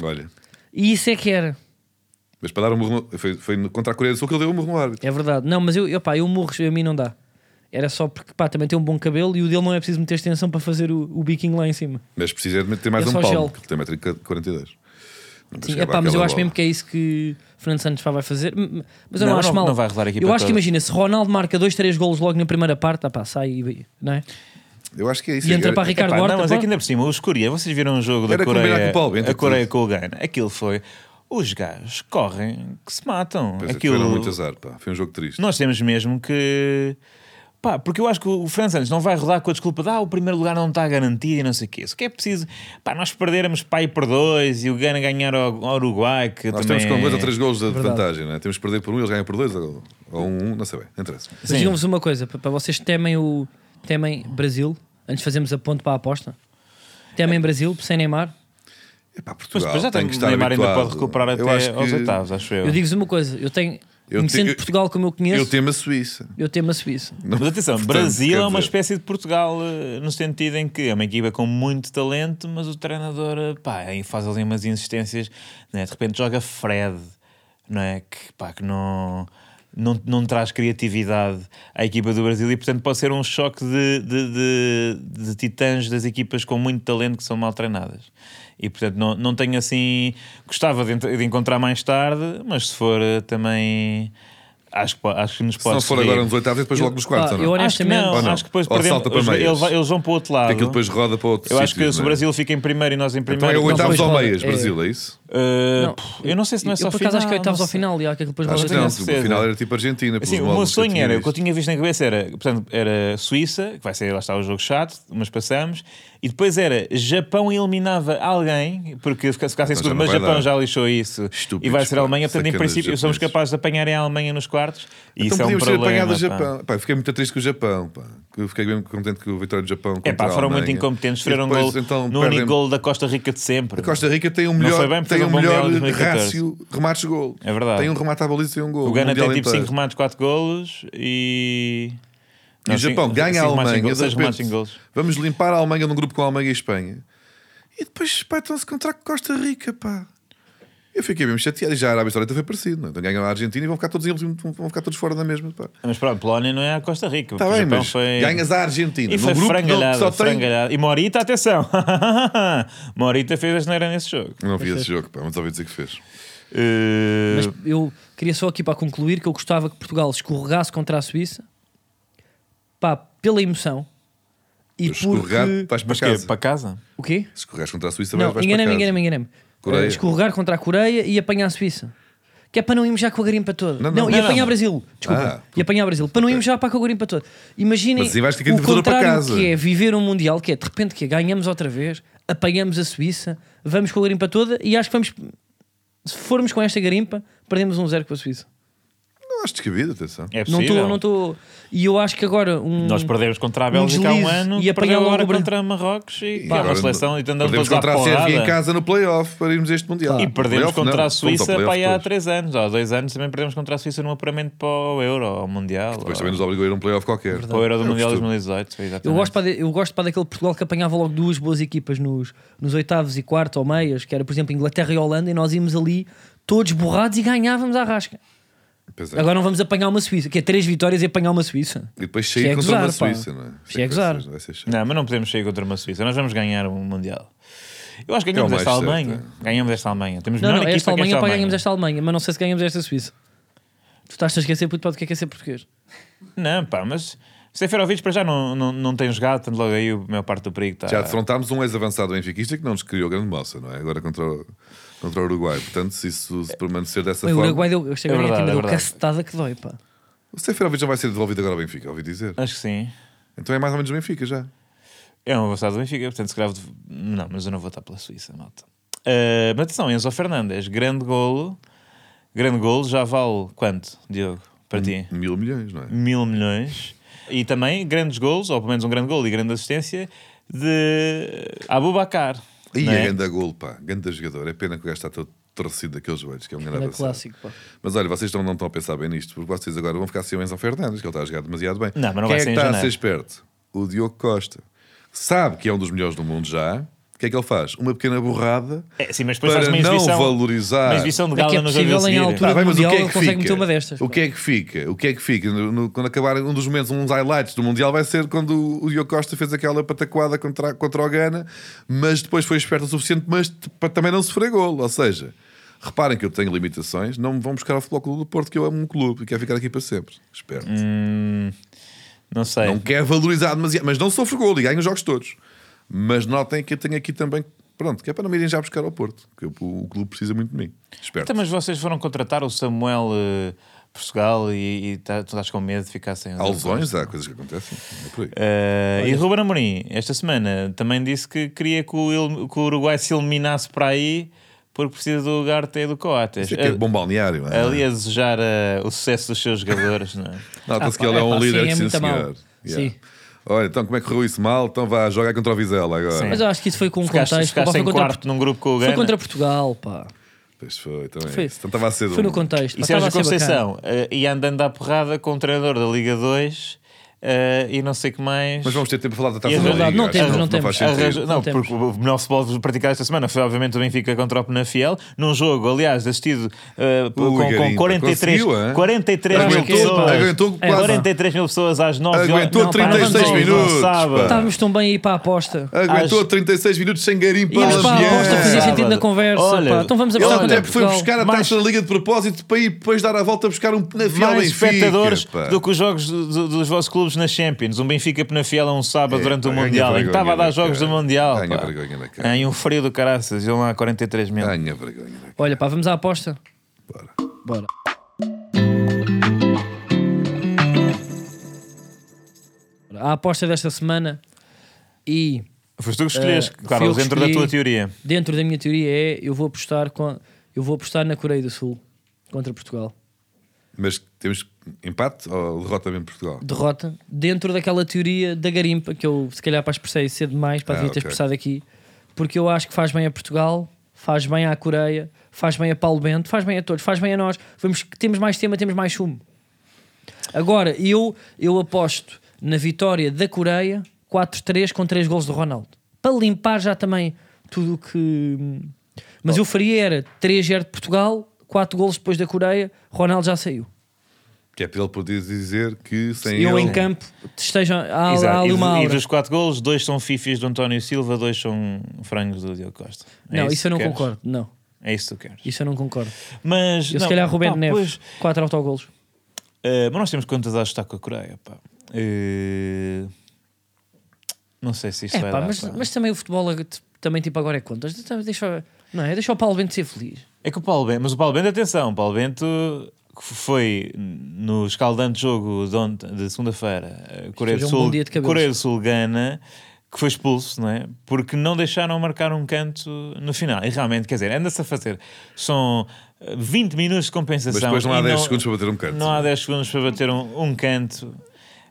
Speaker 3: Olha,
Speaker 1: E isso é que era.
Speaker 3: mas para dar um burro. no- Foi, foi no- contra a Coreia do Sul que ele deu um burro no árbitro.
Speaker 1: É verdade. Não, mas eu, eu, pá, eu morro, a mim não dá. Era só porque pá, também tem um bom cabelo e o dele não é preciso meter extensão para fazer o, o biquinho lá em cima.
Speaker 3: Mas precisa de ter mais
Speaker 1: É
Speaker 3: um
Speaker 1: só
Speaker 3: palmo,
Speaker 1: gel.
Speaker 3: que ele tem 1,42m. Nunca
Speaker 1: Sim,
Speaker 3: chegava
Speaker 1: é pá, mas eu
Speaker 3: àquela
Speaker 1: acho
Speaker 3: bola.
Speaker 1: mesmo que é isso que Fernando Santos pá, vai fazer. M- m- Mas eu não,
Speaker 2: Não,
Speaker 1: acho
Speaker 2: não-
Speaker 1: mal.
Speaker 2: não vai rolar aqui
Speaker 1: eu
Speaker 2: para
Speaker 1: acho que
Speaker 2: todos.
Speaker 1: imagina, se Ronaldo marca dois, três golos logo na primeira parte, ah, pá, sai e, não é?
Speaker 3: Eu acho que é isso.
Speaker 1: e entra
Speaker 3: Era-
Speaker 1: para Ricardo
Speaker 2: Epá,
Speaker 1: Horta.
Speaker 2: não, mas
Speaker 1: pá.
Speaker 2: aqui ainda por cima, os Coreia, vocês viram um jogo da
Speaker 3: Era combinar
Speaker 2: Coreia,
Speaker 3: com o Paulo Bento,
Speaker 2: a Coreia
Speaker 3: tudo.
Speaker 2: com o Gana. Aquilo foi. Os gajos correm que se matam.
Speaker 3: Pois é,
Speaker 2: Aquilo...
Speaker 3: tiveram muito azar, pá. Foi um jogo triste.
Speaker 2: Nós temos mesmo que. Pá, porque eu acho que o Fran Santos não vai rodar com a desculpa de ah, o primeiro lugar não está garantido e não sei o quê. Só que é preciso. Pá, nós perdermos pai por dois e o Gana ganhar ao, ao Uruguai. Que
Speaker 3: Nós
Speaker 2: também
Speaker 3: temos com dois
Speaker 2: é-
Speaker 3: ou três golos de vantagem, não é? Temos que perder por um, eles ganham por dois, ou, ou um, um, não sei bem, não interessa.
Speaker 1: Mas
Speaker 2: Sim.
Speaker 1: digam-vos uma coisa, pa- para vocês temem o temem Brasil, antes de fazermos a ponte para a aposta. Temem Brasil, sem Neymar.
Speaker 3: Epá,
Speaker 2: Mas
Speaker 3: Portugal
Speaker 2: depois já
Speaker 3: tem
Speaker 2: tem
Speaker 3: que
Speaker 2: que
Speaker 3: estar
Speaker 2: Neymar ainda
Speaker 3: habituado.
Speaker 2: pode recuperar
Speaker 3: Eu
Speaker 2: até
Speaker 3: acho
Speaker 2: aos
Speaker 3: que-
Speaker 2: oitavos, acho eu.
Speaker 1: Eu digo-vos uma coisa, eu tenho.
Speaker 3: Eu
Speaker 1: conhecendo
Speaker 3: te- eu-
Speaker 1: Portugal como eu conheço,
Speaker 3: Eu temo a Suíça.
Speaker 1: eu temo a Suíça.
Speaker 2: Mas atenção,
Speaker 3: Portanto,
Speaker 2: Brasil
Speaker 3: quer
Speaker 2: é uma
Speaker 3: dizer-
Speaker 2: espécie de Portugal eh, no sentido em que é uma equipa com muito talento, mas o treinador eh, pá, aí faz ali umas insistências, né? de repente joga Fred, não é? Que, pá, que não, não, não traz criatividade à equipa do Brasil e portanto pode ser um choque de, de, de- de titãs das equipas com muito talento que são mal treinadas. E portanto não, não tenho assim. Gostava de, ent- de encontrar mais tarde, mas se for eh, também. Acho que, po- acho que nos
Speaker 3: Se não
Speaker 2: pode
Speaker 3: for
Speaker 2: servir.
Speaker 3: agora um nos oitavos e depois
Speaker 1: Eu-
Speaker 3: logo nos quartos,
Speaker 1: pá,
Speaker 3: ou não? é
Speaker 1: eu olho-
Speaker 2: Acho que não,
Speaker 1: Honestamente.
Speaker 3: Ou não?
Speaker 2: acho que depois
Speaker 3: Ou
Speaker 2: perdemos.
Speaker 3: salta para
Speaker 2: eles,
Speaker 3: meias.
Speaker 2: ele vai- eles vão para o outro lado. é?
Speaker 3: Aquilo depois roda para outro
Speaker 2: eu acho
Speaker 3: sítio,
Speaker 2: que se o
Speaker 3: não é?
Speaker 2: Brasil fica em primeiro e nós em
Speaker 3: Então
Speaker 2: primeiro.
Speaker 3: é
Speaker 1: Não,
Speaker 3: oitavos
Speaker 1: depois
Speaker 3: ou
Speaker 1: roda.
Speaker 3: meias,
Speaker 1: É.
Speaker 3: Brasil, é isso?
Speaker 2: Uh,
Speaker 1: Não,
Speaker 2: pff, eu não sei se não é
Speaker 1: eu,
Speaker 2: só
Speaker 1: por
Speaker 2: final.
Speaker 1: acaso acho que é oitavos
Speaker 2: não
Speaker 1: ao
Speaker 2: sei.
Speaker 1: final e há aquele que depois
Speaker 3: Acho
Speaker 1: roda
Speaker 3: que
Speaker 2: tenho
Speaker 1: ganha.
Speaker 2: a
Speaker 3: não, o
Speaker 2: certeza.
Speaker 3: final era tipo Argentina. pelos
Speaker 2: Assim, o meu
Speaker 3: módulos que eu
Speaker 2: sonho
Speaker 3: tinha
Speaker 2: era, o que
Speaker 3: visto.
Speaker 2: eu tinha visto na cabeça era, portanto, era Suíça, que vai ser, lá está o jogo chato, mas passamos, e depois era Japão eliminava alguém, porque se ficassem em
Speaker 3: Então já
Speaker 2: segundo,
Speaker 3: não
Speaker 2: mas
Speaker 3: vai
Speaker 2: Japão
Speaker 3: dar.
Speaker 2: já lixou isso, e
Speaker 3: Estúpidos,
Speaker 2: vai ser a
Speaker 3: pá,
Speaker 2: Alemanha, portanto, em
Speaker 3: sacanas
Speaker 2: princípio, somos
Speaker 3: japoneses.
Speaker 2: capazes de apanhar em Alemanha nos quartos, e
Speaker 3: Então
Speaker 2: isso é um
Speaker 3: podíamos ter
Speaker 2: problema.
Speaker 3: apanhado o
Speaker 2: pá.
Speaker 3: Japão. Pá, eu fiquei muito triste com o Japão. Pá. Eu fiquei mesmo contente com o vitória do Japão.
Speaker 2: É
Speaker 3: contra
Speaker 2: pá,
Speaker 3: a
Speaker 2: foram muito
Speaker 3: Alemanha.
Speaker 2: incompetentes,
Speaker 3: E
Speaker 2: sofreram um
Speaker 3: depois,
Speaker 2: gol
Speaker 3: então,
Speaker 2: no
Speaker 3: perdem-
Speaker 2: único gol da Costa Rica de sempre.
Speaker 3: A Costa Rica tem um
Speaker 2: foi
Speaker 3: melhor,
Speaker 2: bem, porque
Speaker 3: tem
Speaker 2: fez
Speaker 3: um
Speaker 2: um bom
Speaker 3: melhor
Speaker 2: Mundial em 2014.
Speaker 3: rácio remates de gol.
Speaker 2: É verdade.
Speaker 3: Tem um remate à baliza e um gol.
Speaker 2: O Ghana tem
Speaker 3: Mundial
Speaker 2: tipo
Speaker 3: inteiro.
Speaker 2: 5 remates, 4 golos e.
Speaker 3: E o Japão ganha a Alemanha.
Speaker 2: 6
Speaker 3: de
Speaker 2: remates,
Speaker 3: repente,
Speaker 2: 5 golos.
Speaker 3: vamos limpar a Alemanha num grupo com a Alemanha e a Espanha. E depois então, espetam-se contra a Costa Rica, pá. Eu fiquei mesmo chateado. E já a Arábia Saudita foi parecido. Não? é? Então ganham a Argentina e vão ficar todos, eles vão ficar todos fora da mesma. Pá.
Speaker 2: Mas pronto, Polónia não é a Costa Rica. porque
Speaker 3: Está
Speaker 2: o
Speaker 3: Tá bem,
Speaker 2: Japão
Speaker 3: mas
Speaker 2: foi...
Speaker 3: ganhas a Argentina.
Speaker 2: E
Speaker 3: num
Speaker 2: foi
Speaker 3: grupo que não-
Speaker 2: frangalhada,
Speaker 3: que só tem...
Speaker 2: frangalhada. E Morita, atenção! Morita fez a geneira nesse jogo.
Speaker 3: Não vi esse jogo, pá, mas ouvi dizer que fez.
Speaker 2: Eh,
Speaker 1: Mas eu queria só aqui para concluir que eu gostava que Portugal escorregasse contra a Suíça pá, pela emoção e
Speaker 3: Escorregar,
Speaker 1: porque.
Speaker 3: vais para
Speaker 2: Mas que
Speaker 3: casa.
Speaker 2: para casa?
Speaker 1: O quê?
Speaker 3: Se escorregares contra a Suíça, vais,
Speaker 1: Não,
Speaker 3: vais para
Speaker 1: enganei-me,
Speaker 3: casa.
Speaker 1: enganei-me, enganei-me.
Speaker 3: Coreia.
Speaker 1: Eh, Escorregar contra a Coreia e apanhar a Suíça. Que é para não irmos já com a garimpa toda.
Speaker 3: Não,
Speaker 1: Não,
Speaker 3: não,
Speaker 1: e
Speaker 3: não,
Speaker 1: apanhar
Speaker 2: não.
Speaker 1: Brasil. Desculpa.
Speaker 3: Ah,
Speaker 1: e apanhar Brasil. Para não irmos já para com a garimpa toda. Imaginem
Speaker 3: Mas assim vais ter que ir
Speaker 1: o
Speaker 3: de voadora
Speaker 1: contrário
Speaker 3: para casa.
Speaker 1: que é viver um Mundial, que é de repente que é, ganhamos outra vez, apanhamos a Suíça, vamos com a garimpa toda e acho que vamos... Se formos com esta garimpa, perdemos um zero com a Suíça.
Speaker 3: Não acho descabido, atenção.
Speaker 2: É
Speaker 1: Não
Speaker 2: possível.
Speaker 1: estou, não estou... E eu acho que agora um...
Speaker 2: Nós perdemos contra a
Speaker 1: um
Speaker 2: Bélgica há um
Speaker 1: deslize
Speaker 2: ano
Speaker 1: e apanhar
Speaker 2: perdeu
Speaker 1: logo
Speaker 2: agora
Speaker 1: o Bra-
Speaker 2: contra Marrocos e,
Speaker 3: E
Speaker 2: pá, uma
Speaker 3: agora
Speaker 2: seleção e andamos
Speaker 3: perdemos
Speaker 2: todos à
Speaker 3: contra a Sérvia em
Speaker 2: porrada.
Speaker 3: casa no playoff para irmos a este Mundial.
Speaker 2: E
Speaker 3: No
Speaker 2: perdemos
Speaker 3: Ah, playoff,
Speaker 2: contra
Speaker 3: não.
Speaker 2: a Suíça
Speaker 3: Fomos ao
Speaker 2: pá, aí há
Speaker 3: playoff depois.
Speaker 2: 3 anos. Ou Há 2 anos também perdemos contra a Suíça num apuramento para o Euro, ao Mundial.
Speaker 3: Depois
Speaker 2: ou-
Speaker 3: também nos obrigou a ir a um playoff qualquer.
Speaker 2: para o Euro do
Speaker 3: É o
Speaker 2: Mundial
Speaker 3: costume.
Speaker 2: 2018. foi
Speaker 1: Eu
Speaker 2: exatamente.
Speaker 1: gosto, para, eu gosto para daquele Portugal que apanhava logo duas boas equipas nos, nos oitavos e quartos ou meias, que era, por exemplo, Inglaterra e Holanda, e nós íamos ali todos borrados e ganhávamos à rasca.
Speaker 3: Pois é.
Speaker 1: Agora não vamos apanhar uma Suíça, que é três vitórias e apanhar uma Suíça.
Speaker 3: E depois
Speaker 1: Isso
Speaker 3: sair
Speaker 1: é
Speaker 3: contra uma
Speaker 1: gozar, pá.
Speaker 3: Suíça, não é? Isso
Speaker 1: Isso é
Speaker 3: que
Speaker 1: gozar.
Speaker 3: vai ser- vai ser chato.
Speaker 2: Não, mas não podemos sair contra uma Suíça. Nós vamos ganhar o Mundial. Eu acho que
Speaker 3: É o
Speaker 2: ganhamos
Speaker 3: mais
Speaker 2: esta
Speaker 3: certo, é.
Speaker 2: Alemanha. Ganhamos esta Alemanha. Temos
Speaker 1: Não, não,
Speaker 2: melhor equipa
Speaker 1: esta
Speaker 2: que
Speaker 1: Alemanha para ganhamos esta Alemanha, mas não sei se ganhamos esta Suíça. Tu estás a esquecer puto, pá, do que é que é ser português.
Speaker 2: Não, pá, mas Seferovic para já não, não, não tem jogado, portanto logo aí a maior parte do perigo está.
Speaker 3: Já defrontámos um ex-avançado benfiquista que não nos criou grande moça, não é? Agora contra o, contra o Uruguai. Portanto, se isso se permanecer dessa
Speaker 1: Bem, o
Speaker 3: forma.
Speaker 1: Uruguai deu, chega
Speaker 2: É
Speaker 1: a
Speaker 2: verdade,
Speaker 1: Argentina,
Speaker 2: é
Speaker 1: deu
Speaker 2: verdade. É
Speaker 1: cacetada que dói, pá. é
Speaker 3: O Seferovic não vai ser devolvido agora ao Benfica, ouvi dizer.
Speaker 2: Acho que sim.
Speaker 3: Então é mais ou menos Benfica já.
Speaker 2: É um avançado do Benfica, portanto se grave. de- Não, mas eu não vou estar pela Suíça, malta. Ah, mas atenção, Enzo Fernandes, grande golo. Grande golo, já vale quanto, Diogo? Para ti?
Speaker 3: Mil milhões, não é?
Speaker 2: mil milhões e também grandes golos, ou pelo menos um grande gol e grande assistência de Abubakar.
Speaker 3: E
Speaker 2: não
Speaker 3: é
Speaker 2: é?
Speaker 3: ganda gol, pá. Ganda jogador. É pena que o gajo está todo torcido daqueles joelhos, que é um grande
Speaker 1: Era
Speaker 3: abraço.
Speaker 1: clássico, pá.
Speaker 3: Mas olha, vocês estão, não estão a pensar bem nisto, porque vocês agora vão ficar sem o Enzo Fernandes, que ele está a jogar demasiado bem.
Speaker 2: Não, mas não
Speaker 3: Quem
Speaker 2: vai
Speaker 3: é
Speaker 2: ser
Speaker 3: que
Speaker 2: em
Speaker 3: está a
Speaker 2: janeiro.
Speaker 3: ser esperto? O Diogo Costa. Sabe que é um dos melhores do mundo já. O que é que ele faz? Uma pequena borrada
Speaker 2: É, sim, mas depois
Speaker 3: para
Speaker 2: faz uma
Speaker 3: não
Speaker 2: exibição,
Speaker 3: valorizar.
Speaker 2: uma exibição de
Speaker 1: É que
Speaker 2: gala
Speaker 1: é
Speaker 2: no jogo a
Speaker 1: possível em
Speaker 2: seguir.
Speaker 1: altura-
Speaker 3: Tá bem, mas
Speaker 1: Mundial,
Speaker 3: o que é
Speaker 1: ele
Speaker 3: que
Speaker 1: consegue
Speaker 3: fica?
Speaker 1: meter uma destas,
Speaker 3: O
Speaker 1: pá.
Speaker 3: que é que fica? O que é que fica? No- no- quando acabar um dos momentos, um dos highlights do Mundial vai ser quando o Diogo Costa fez aquela pataquada contra, contra o Gana, mas depois foi esperto o suficiente, mas t- para também não sofrer golo. Ou seja, reparem que eu tenho limitações, não me vão buscar ao Futebol Clube do Porto, que eu amo um clube e quero ficar aqui para sempre. Esperto.
Speaker 2: Hum, não sei.
Speaker 3: Não quer valorizar demasiado, mas não sofre golo e ganho os jogos todos. Mas notem que eu tenho aqui também, pronto, que é para não me irem já buscar ao Porto, que o, o clube precisa muito de mim. Esperto.
Speaker 2: Então, mas vocês foram contratar o Samuel eh, Portugal e, e tá- tu estás com medo de ficar sem
Speaker 3: Há lesões, há coisas que acontecem. É por aí.
Speaker 2: Eh, e Ruben Amorim, esta semana, também disse que queria que o, il- que o Uruguai se eliminasse para aí porque precisa do Garte e do Coates.
Speaker 3: Isso é que é
Speaker 2: Eh,
Speaker 3: de bom balneário. não é?
Speaker 2: ali a desejar eh, o sucesso dos seus jogadores, não é?
Speaker 3: Nota-se
Speaker 1: Ah,
Speaker 3: que
Speaker 1: pá,
Speaker 3: ele é
Speaker 1: é
Speaker 3: um
Speaker 1: pá,
Speaker 3: líder,
Speaker 1: sim, é
Speaker 3: sim,
Speaker 1: muito
Speaker 3: senhor.
Speaker 1: mau.
Speaker 3: Yeah.
Speaker 1: Sim.
Speaker 3: Olha, então como é que correu isso mal? Então vá jogar contra o Vizela agora.
Speaker 1: Mas eu acho que isso foi com um
Speaker 2: Ficaste-
Speaker 1: contexto.
Speaker 2: ficaste
Speaker 1: pá, foi
Speaker 2: em
Speaker 1: contra-
Speaker 2: quarto né? num grupo com o
Speaker 1: Foi um
Speaker 2: Gana.
Speaker 1: contra Portugal, pá.
Speaker 3: Pois foi, também.
Speaker 1: Foi-
Speaker 3: Então estava a ser
Speaker 1: Foi
Speaker 3: um-
Speaker 1: no contexto. pá,
Speaker 2: E Sérgio
Speaker 1: estava a ser bacana.
Speaker 2: Conceição eh, ia andando à porrada com o treinador da Liga 2 eh, e não sei o que mais.
Speaker 3: Mas vamos ter tempo para falar da
Speaker 2: E
Speaker 3: taça
Speaker 2: a
Speaker 3: da Liga.
Speaker 2: verdade, não
Speaker 3: acho
Speaker 1: temos,
Speaker 3: que
Speaker 1: É não temos.
Speaker 3: faz sentido.
Speaker 2: Arranjo- não,
Speaker 1: Não temos.
Speaker 2: porque o melhor futebol praticado esta semana foi obviamente o Benfica contra o Penafiel, num jogo, aliás, assistido eh,
Speaker 3: Ui,
Speaker 2: com, com
Speaker 3: Garimpa,
Speaker 2: 43,
Speaker 3: conseguiu, hein?
Speaker 2: 43 mil
Speaker 1: Aguentou,
Speaker 2: pessoas.
Speaker 1: É,
Speaker 3: aguentou quase-
Speaker 2: 43 mil pessoas às 9 horas.
Speaker 3: Aguentou
Speaker 2: Não, pá, não
Speaker 1: 36
Speaker 2: vamos ao-
Speaker 3: minutos,
Speaker 2: não sabe.
Speaker 3: pá.
Speaker 1: Estávamos tão bem aí para a aposta.
Speaker 3: Aguentou
Speaker 2: Acho-
Speaker 3: 36 minutos sem garimpo
Speaker 1: E eles, pá,
Speaker 3: Lasvier.
Speaker 1: a aposta fazia
Speaker 2: Sábado.
Speaker 1: sentido na conversa,
Speaker 2: Olha,
Speaker 1: pá. Então vamos
Speaker 3: Ele
Speaker 1: apostar
Speaker 2: Olha,
Speaker 1: contra
Speaker 3: até foi
Speaker 1: Portugal.
Speaker 3: buscar a
Speaker 2: mais-
Speaker 3: taça da Liga de propósito para ir depois dar a volta buscar um penafiel
Speaker 2: mais
Speaker 3: Benfica,
Speaker 2: espectadores
Speaker 3: pá.
Speaker 2: do que os jogos do- do- dos vossos clubes na Champions. Um Benfica Penafiel a um sábado
Speaker 3: É,
Speaker 2: durante
Speaker 3: pá,
Speaker 2: o
Speaker 3: ganha
Speaker 2: Mundial, em que
Speaker 3: vergonha
Speaker 2: estava a dar
Speaker 3: na
Speaker 2: jogos do
Speaker 3: cara.
Speaker 2: Mundial.
Speaker 3: Ganha
Speaker 2: pá.
Speaker 3: vergonha na cara.
Speaker 2: Em um frio do caraças, iam lá 43 mil.
Speaker 3: Ganha vergonha. é?
Speaker 1: Olha, pá, vamos à aposta.
Speaker 3: Bora.
Speaker 1: Bora. A aposta desta semana e
Speaker 2: Foste tu que escolheste,
Speaker 1: Eh,
Speaker 2: claro,
Speaker 1: fui eu que
Speaker 2: dentro da
Speaker 1: escolhi.
Speaker 2: tua teoria.
Speaker 1: dentro da minha teoria é eu vou apostar com eu vou apostar na Coreia do Sul contra Portugal.
Speaker 3: Mas temos empate ou derrota mesmo de Portugal?
Speaker 1: Derrota dentro daquela teoria da garimpa que eu se calhar para expressei cedo demais para
Speaker 3: Ah,
Speaker 1: devia ter
Speaker 3: ok.
Speaker 1: expressado aqui, porque eu acho que faz bem a Portugal, faz bem à Coreia, faz bem a Paulo Bento, faz bem a todos, faz bem a nós. Vamos temos mais tema, temos mais sumo. Agora, eu eu aposto na vitória da Coreia 4-3 com 3 gols do Ronaldo. Para limpar já também tudo o que mas eu faria era 3-0 de Portugal, 4 golos depois da Coreia, Ronaldo já saiu.
Speaker 3: Que é para ele poder dizer que sem
Speaker 1: eu
Speaker 3: ele...
Speaker 1: um em campo esteja há,
Speaker 2: Exato.
Speaker 1: há ali
Speaker 2: E
Speaker 1: uma
Speaker 2: do- e,
Speaker 1: aura.
Speaker 2: dos quatro golos, dois são fifis do António Silva, dois são frangos do Diogo Costa. É
Speaker 1: Não, isso,
Speaker 2: que
Speaker 1: eu não
Speaker 2: queres?
Speaker 1: concordo. Não,
Speaker 2: É isso que tu queres.
Speaker 1: isso eu não concordo.
Speaker 2: Mas,
Speaker 1: Eu
Speaker 2: não,
Speaker 1: se calhar Rubén
Speaker 2: pá,
Speaker 1: Neves,
Speaker 2: pois,
Speaker 1: 4 autogolos.
Speaker 2: eh, mas nós temos contas a ajustar com a Coreia, pá. Eh, não sei se isto
Speaker 1: É,
Speaker 2: vai
Speaker 1: pá,
Speaker 2: dar,
Speaker 1: mas,
Speaker 2: pá.
Speaker 1: mas também o futebol é- também tipo agora é contas. Deixa, não é? Deixa o Paulo Bento ser feliz.
Speaker 2: É que o Paulo Bento, mas o Paulo Bento, atenção, o Paulo Bento que foi no escaldante jogo de, ontem- de segunda-feira, eh, Coreia
Speaker 1: Isto hoje é
Speaker 2: do,
Speaker 1: um
Speaker 2: Sul,
Speaker 1: bom dia de cabelos.
Speaker 2: Coreia do Sul Gana, que foi expulso, não é? Porque não deixaram marcar um canto no final. E realmente, quer dizer, anda-se a fazer. São eh, 20 minutos de compensação.
Speaker 3: Mas depois não há
Speaker 2: e
Speaker 3: 10 segundos para bater um canto.
Speaker 2: Não há 10 segundos para bater um, um canto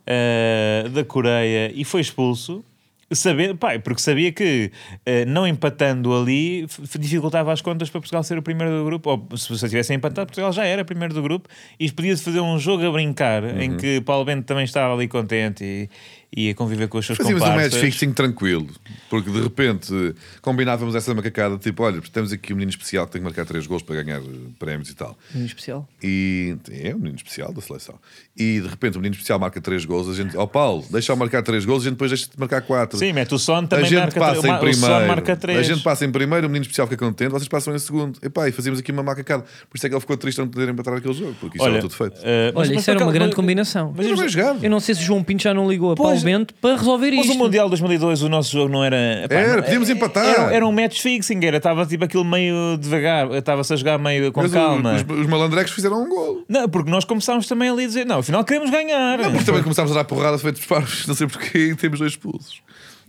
Speaker 2: eh, da Coreia e foi expulso. Saber, pá, porque sabia que eh, não empatando ali f- dificultava as contas para Portugal ser o primeiro do grupo, ou se se tivessem empatado, Portugal já era primeiro
Speaker 3: Uhum.
Speaker 2: do grupo e podia-se fazer um jogo a brincar em que Paulo Bento também estava ali contente e, e a conviver com os seus
Speaker 3: Fazíamos um match
Speaker 2: comparsas.
Speaker 3: fixing tranquilo, porque de repente eh, combinávamos essa macacada, tipo, olha, temos aqui um menino especial que tem que marcar três gols para ganhar eh, prémios e tal.
Speaker 1: Em especial.
Speaker 3: E é um menino especial da seleção. E de repente o menino especial marca três gols, a gente, ó Paulo, deixa eu marcar três gols, a gente depois deixa-te marcar quatro.
Speaker 2: Sim, mete o Son
Speaker 3: A
Speaker 2: também
Speaker 3: gente
Speaker 2: marca
Speaker 3: passa
Speaker 2: tre-
Speaker 3: em
Speaker 2: o Son marca
Speaker 3: primeiro, a
Speaker 2: três.
Speaker 3: gente passa em primeiro, o menino especial fica contente, vocês passam em segundo. Epá, e fazíamos aqui uma macacada. Por isso é que ele ficou triste a não poder empatar aquele jogo, porque isso
Speaker 2: Olha,
Speaker 3: era é tudo feito.
Speaker 2: eh, mas-
Speaker 1: Olha,
Speaker 2: mas
Speaker 1: isso era
Speaker 2: por
Speaker 1: uma
Speaker 2: acaso-
Speaker 1: grande
Speaker 2: mas-
Speaker 1: combinação.
Speaker 3: Mas era bem jogado.
Speaker 1: Eu não sei se o João Pinto já não ligou a Paulo
Speaker 2: Pois.
Speaker 1: Bento para resolver
Speaker 2: Mas
Speaker 1: isto.
Speaker 2: o Mundial de 2002 o nosso jogo não era. epá,
Speaker 3: Era,
Speaker 2: não-
Speaker 3: podíamos empatar.
Speaker 2: Era, era um match fixing, era. Estava tipo aquilo meio devagar, estava-se a jogar meio com
Speaker 3: Mas o-
Speaker 2: calma.
Speaker 3: Os, os malandrecos fizeram um gol.
Speaker 2: Não, porque nós começámos também ali a dizer: não, afinal queremos ganhar.
Speaker 3: Não, porque também começámos a dar porrada feitos parvos, não sei porquê, e temos dois pulsos.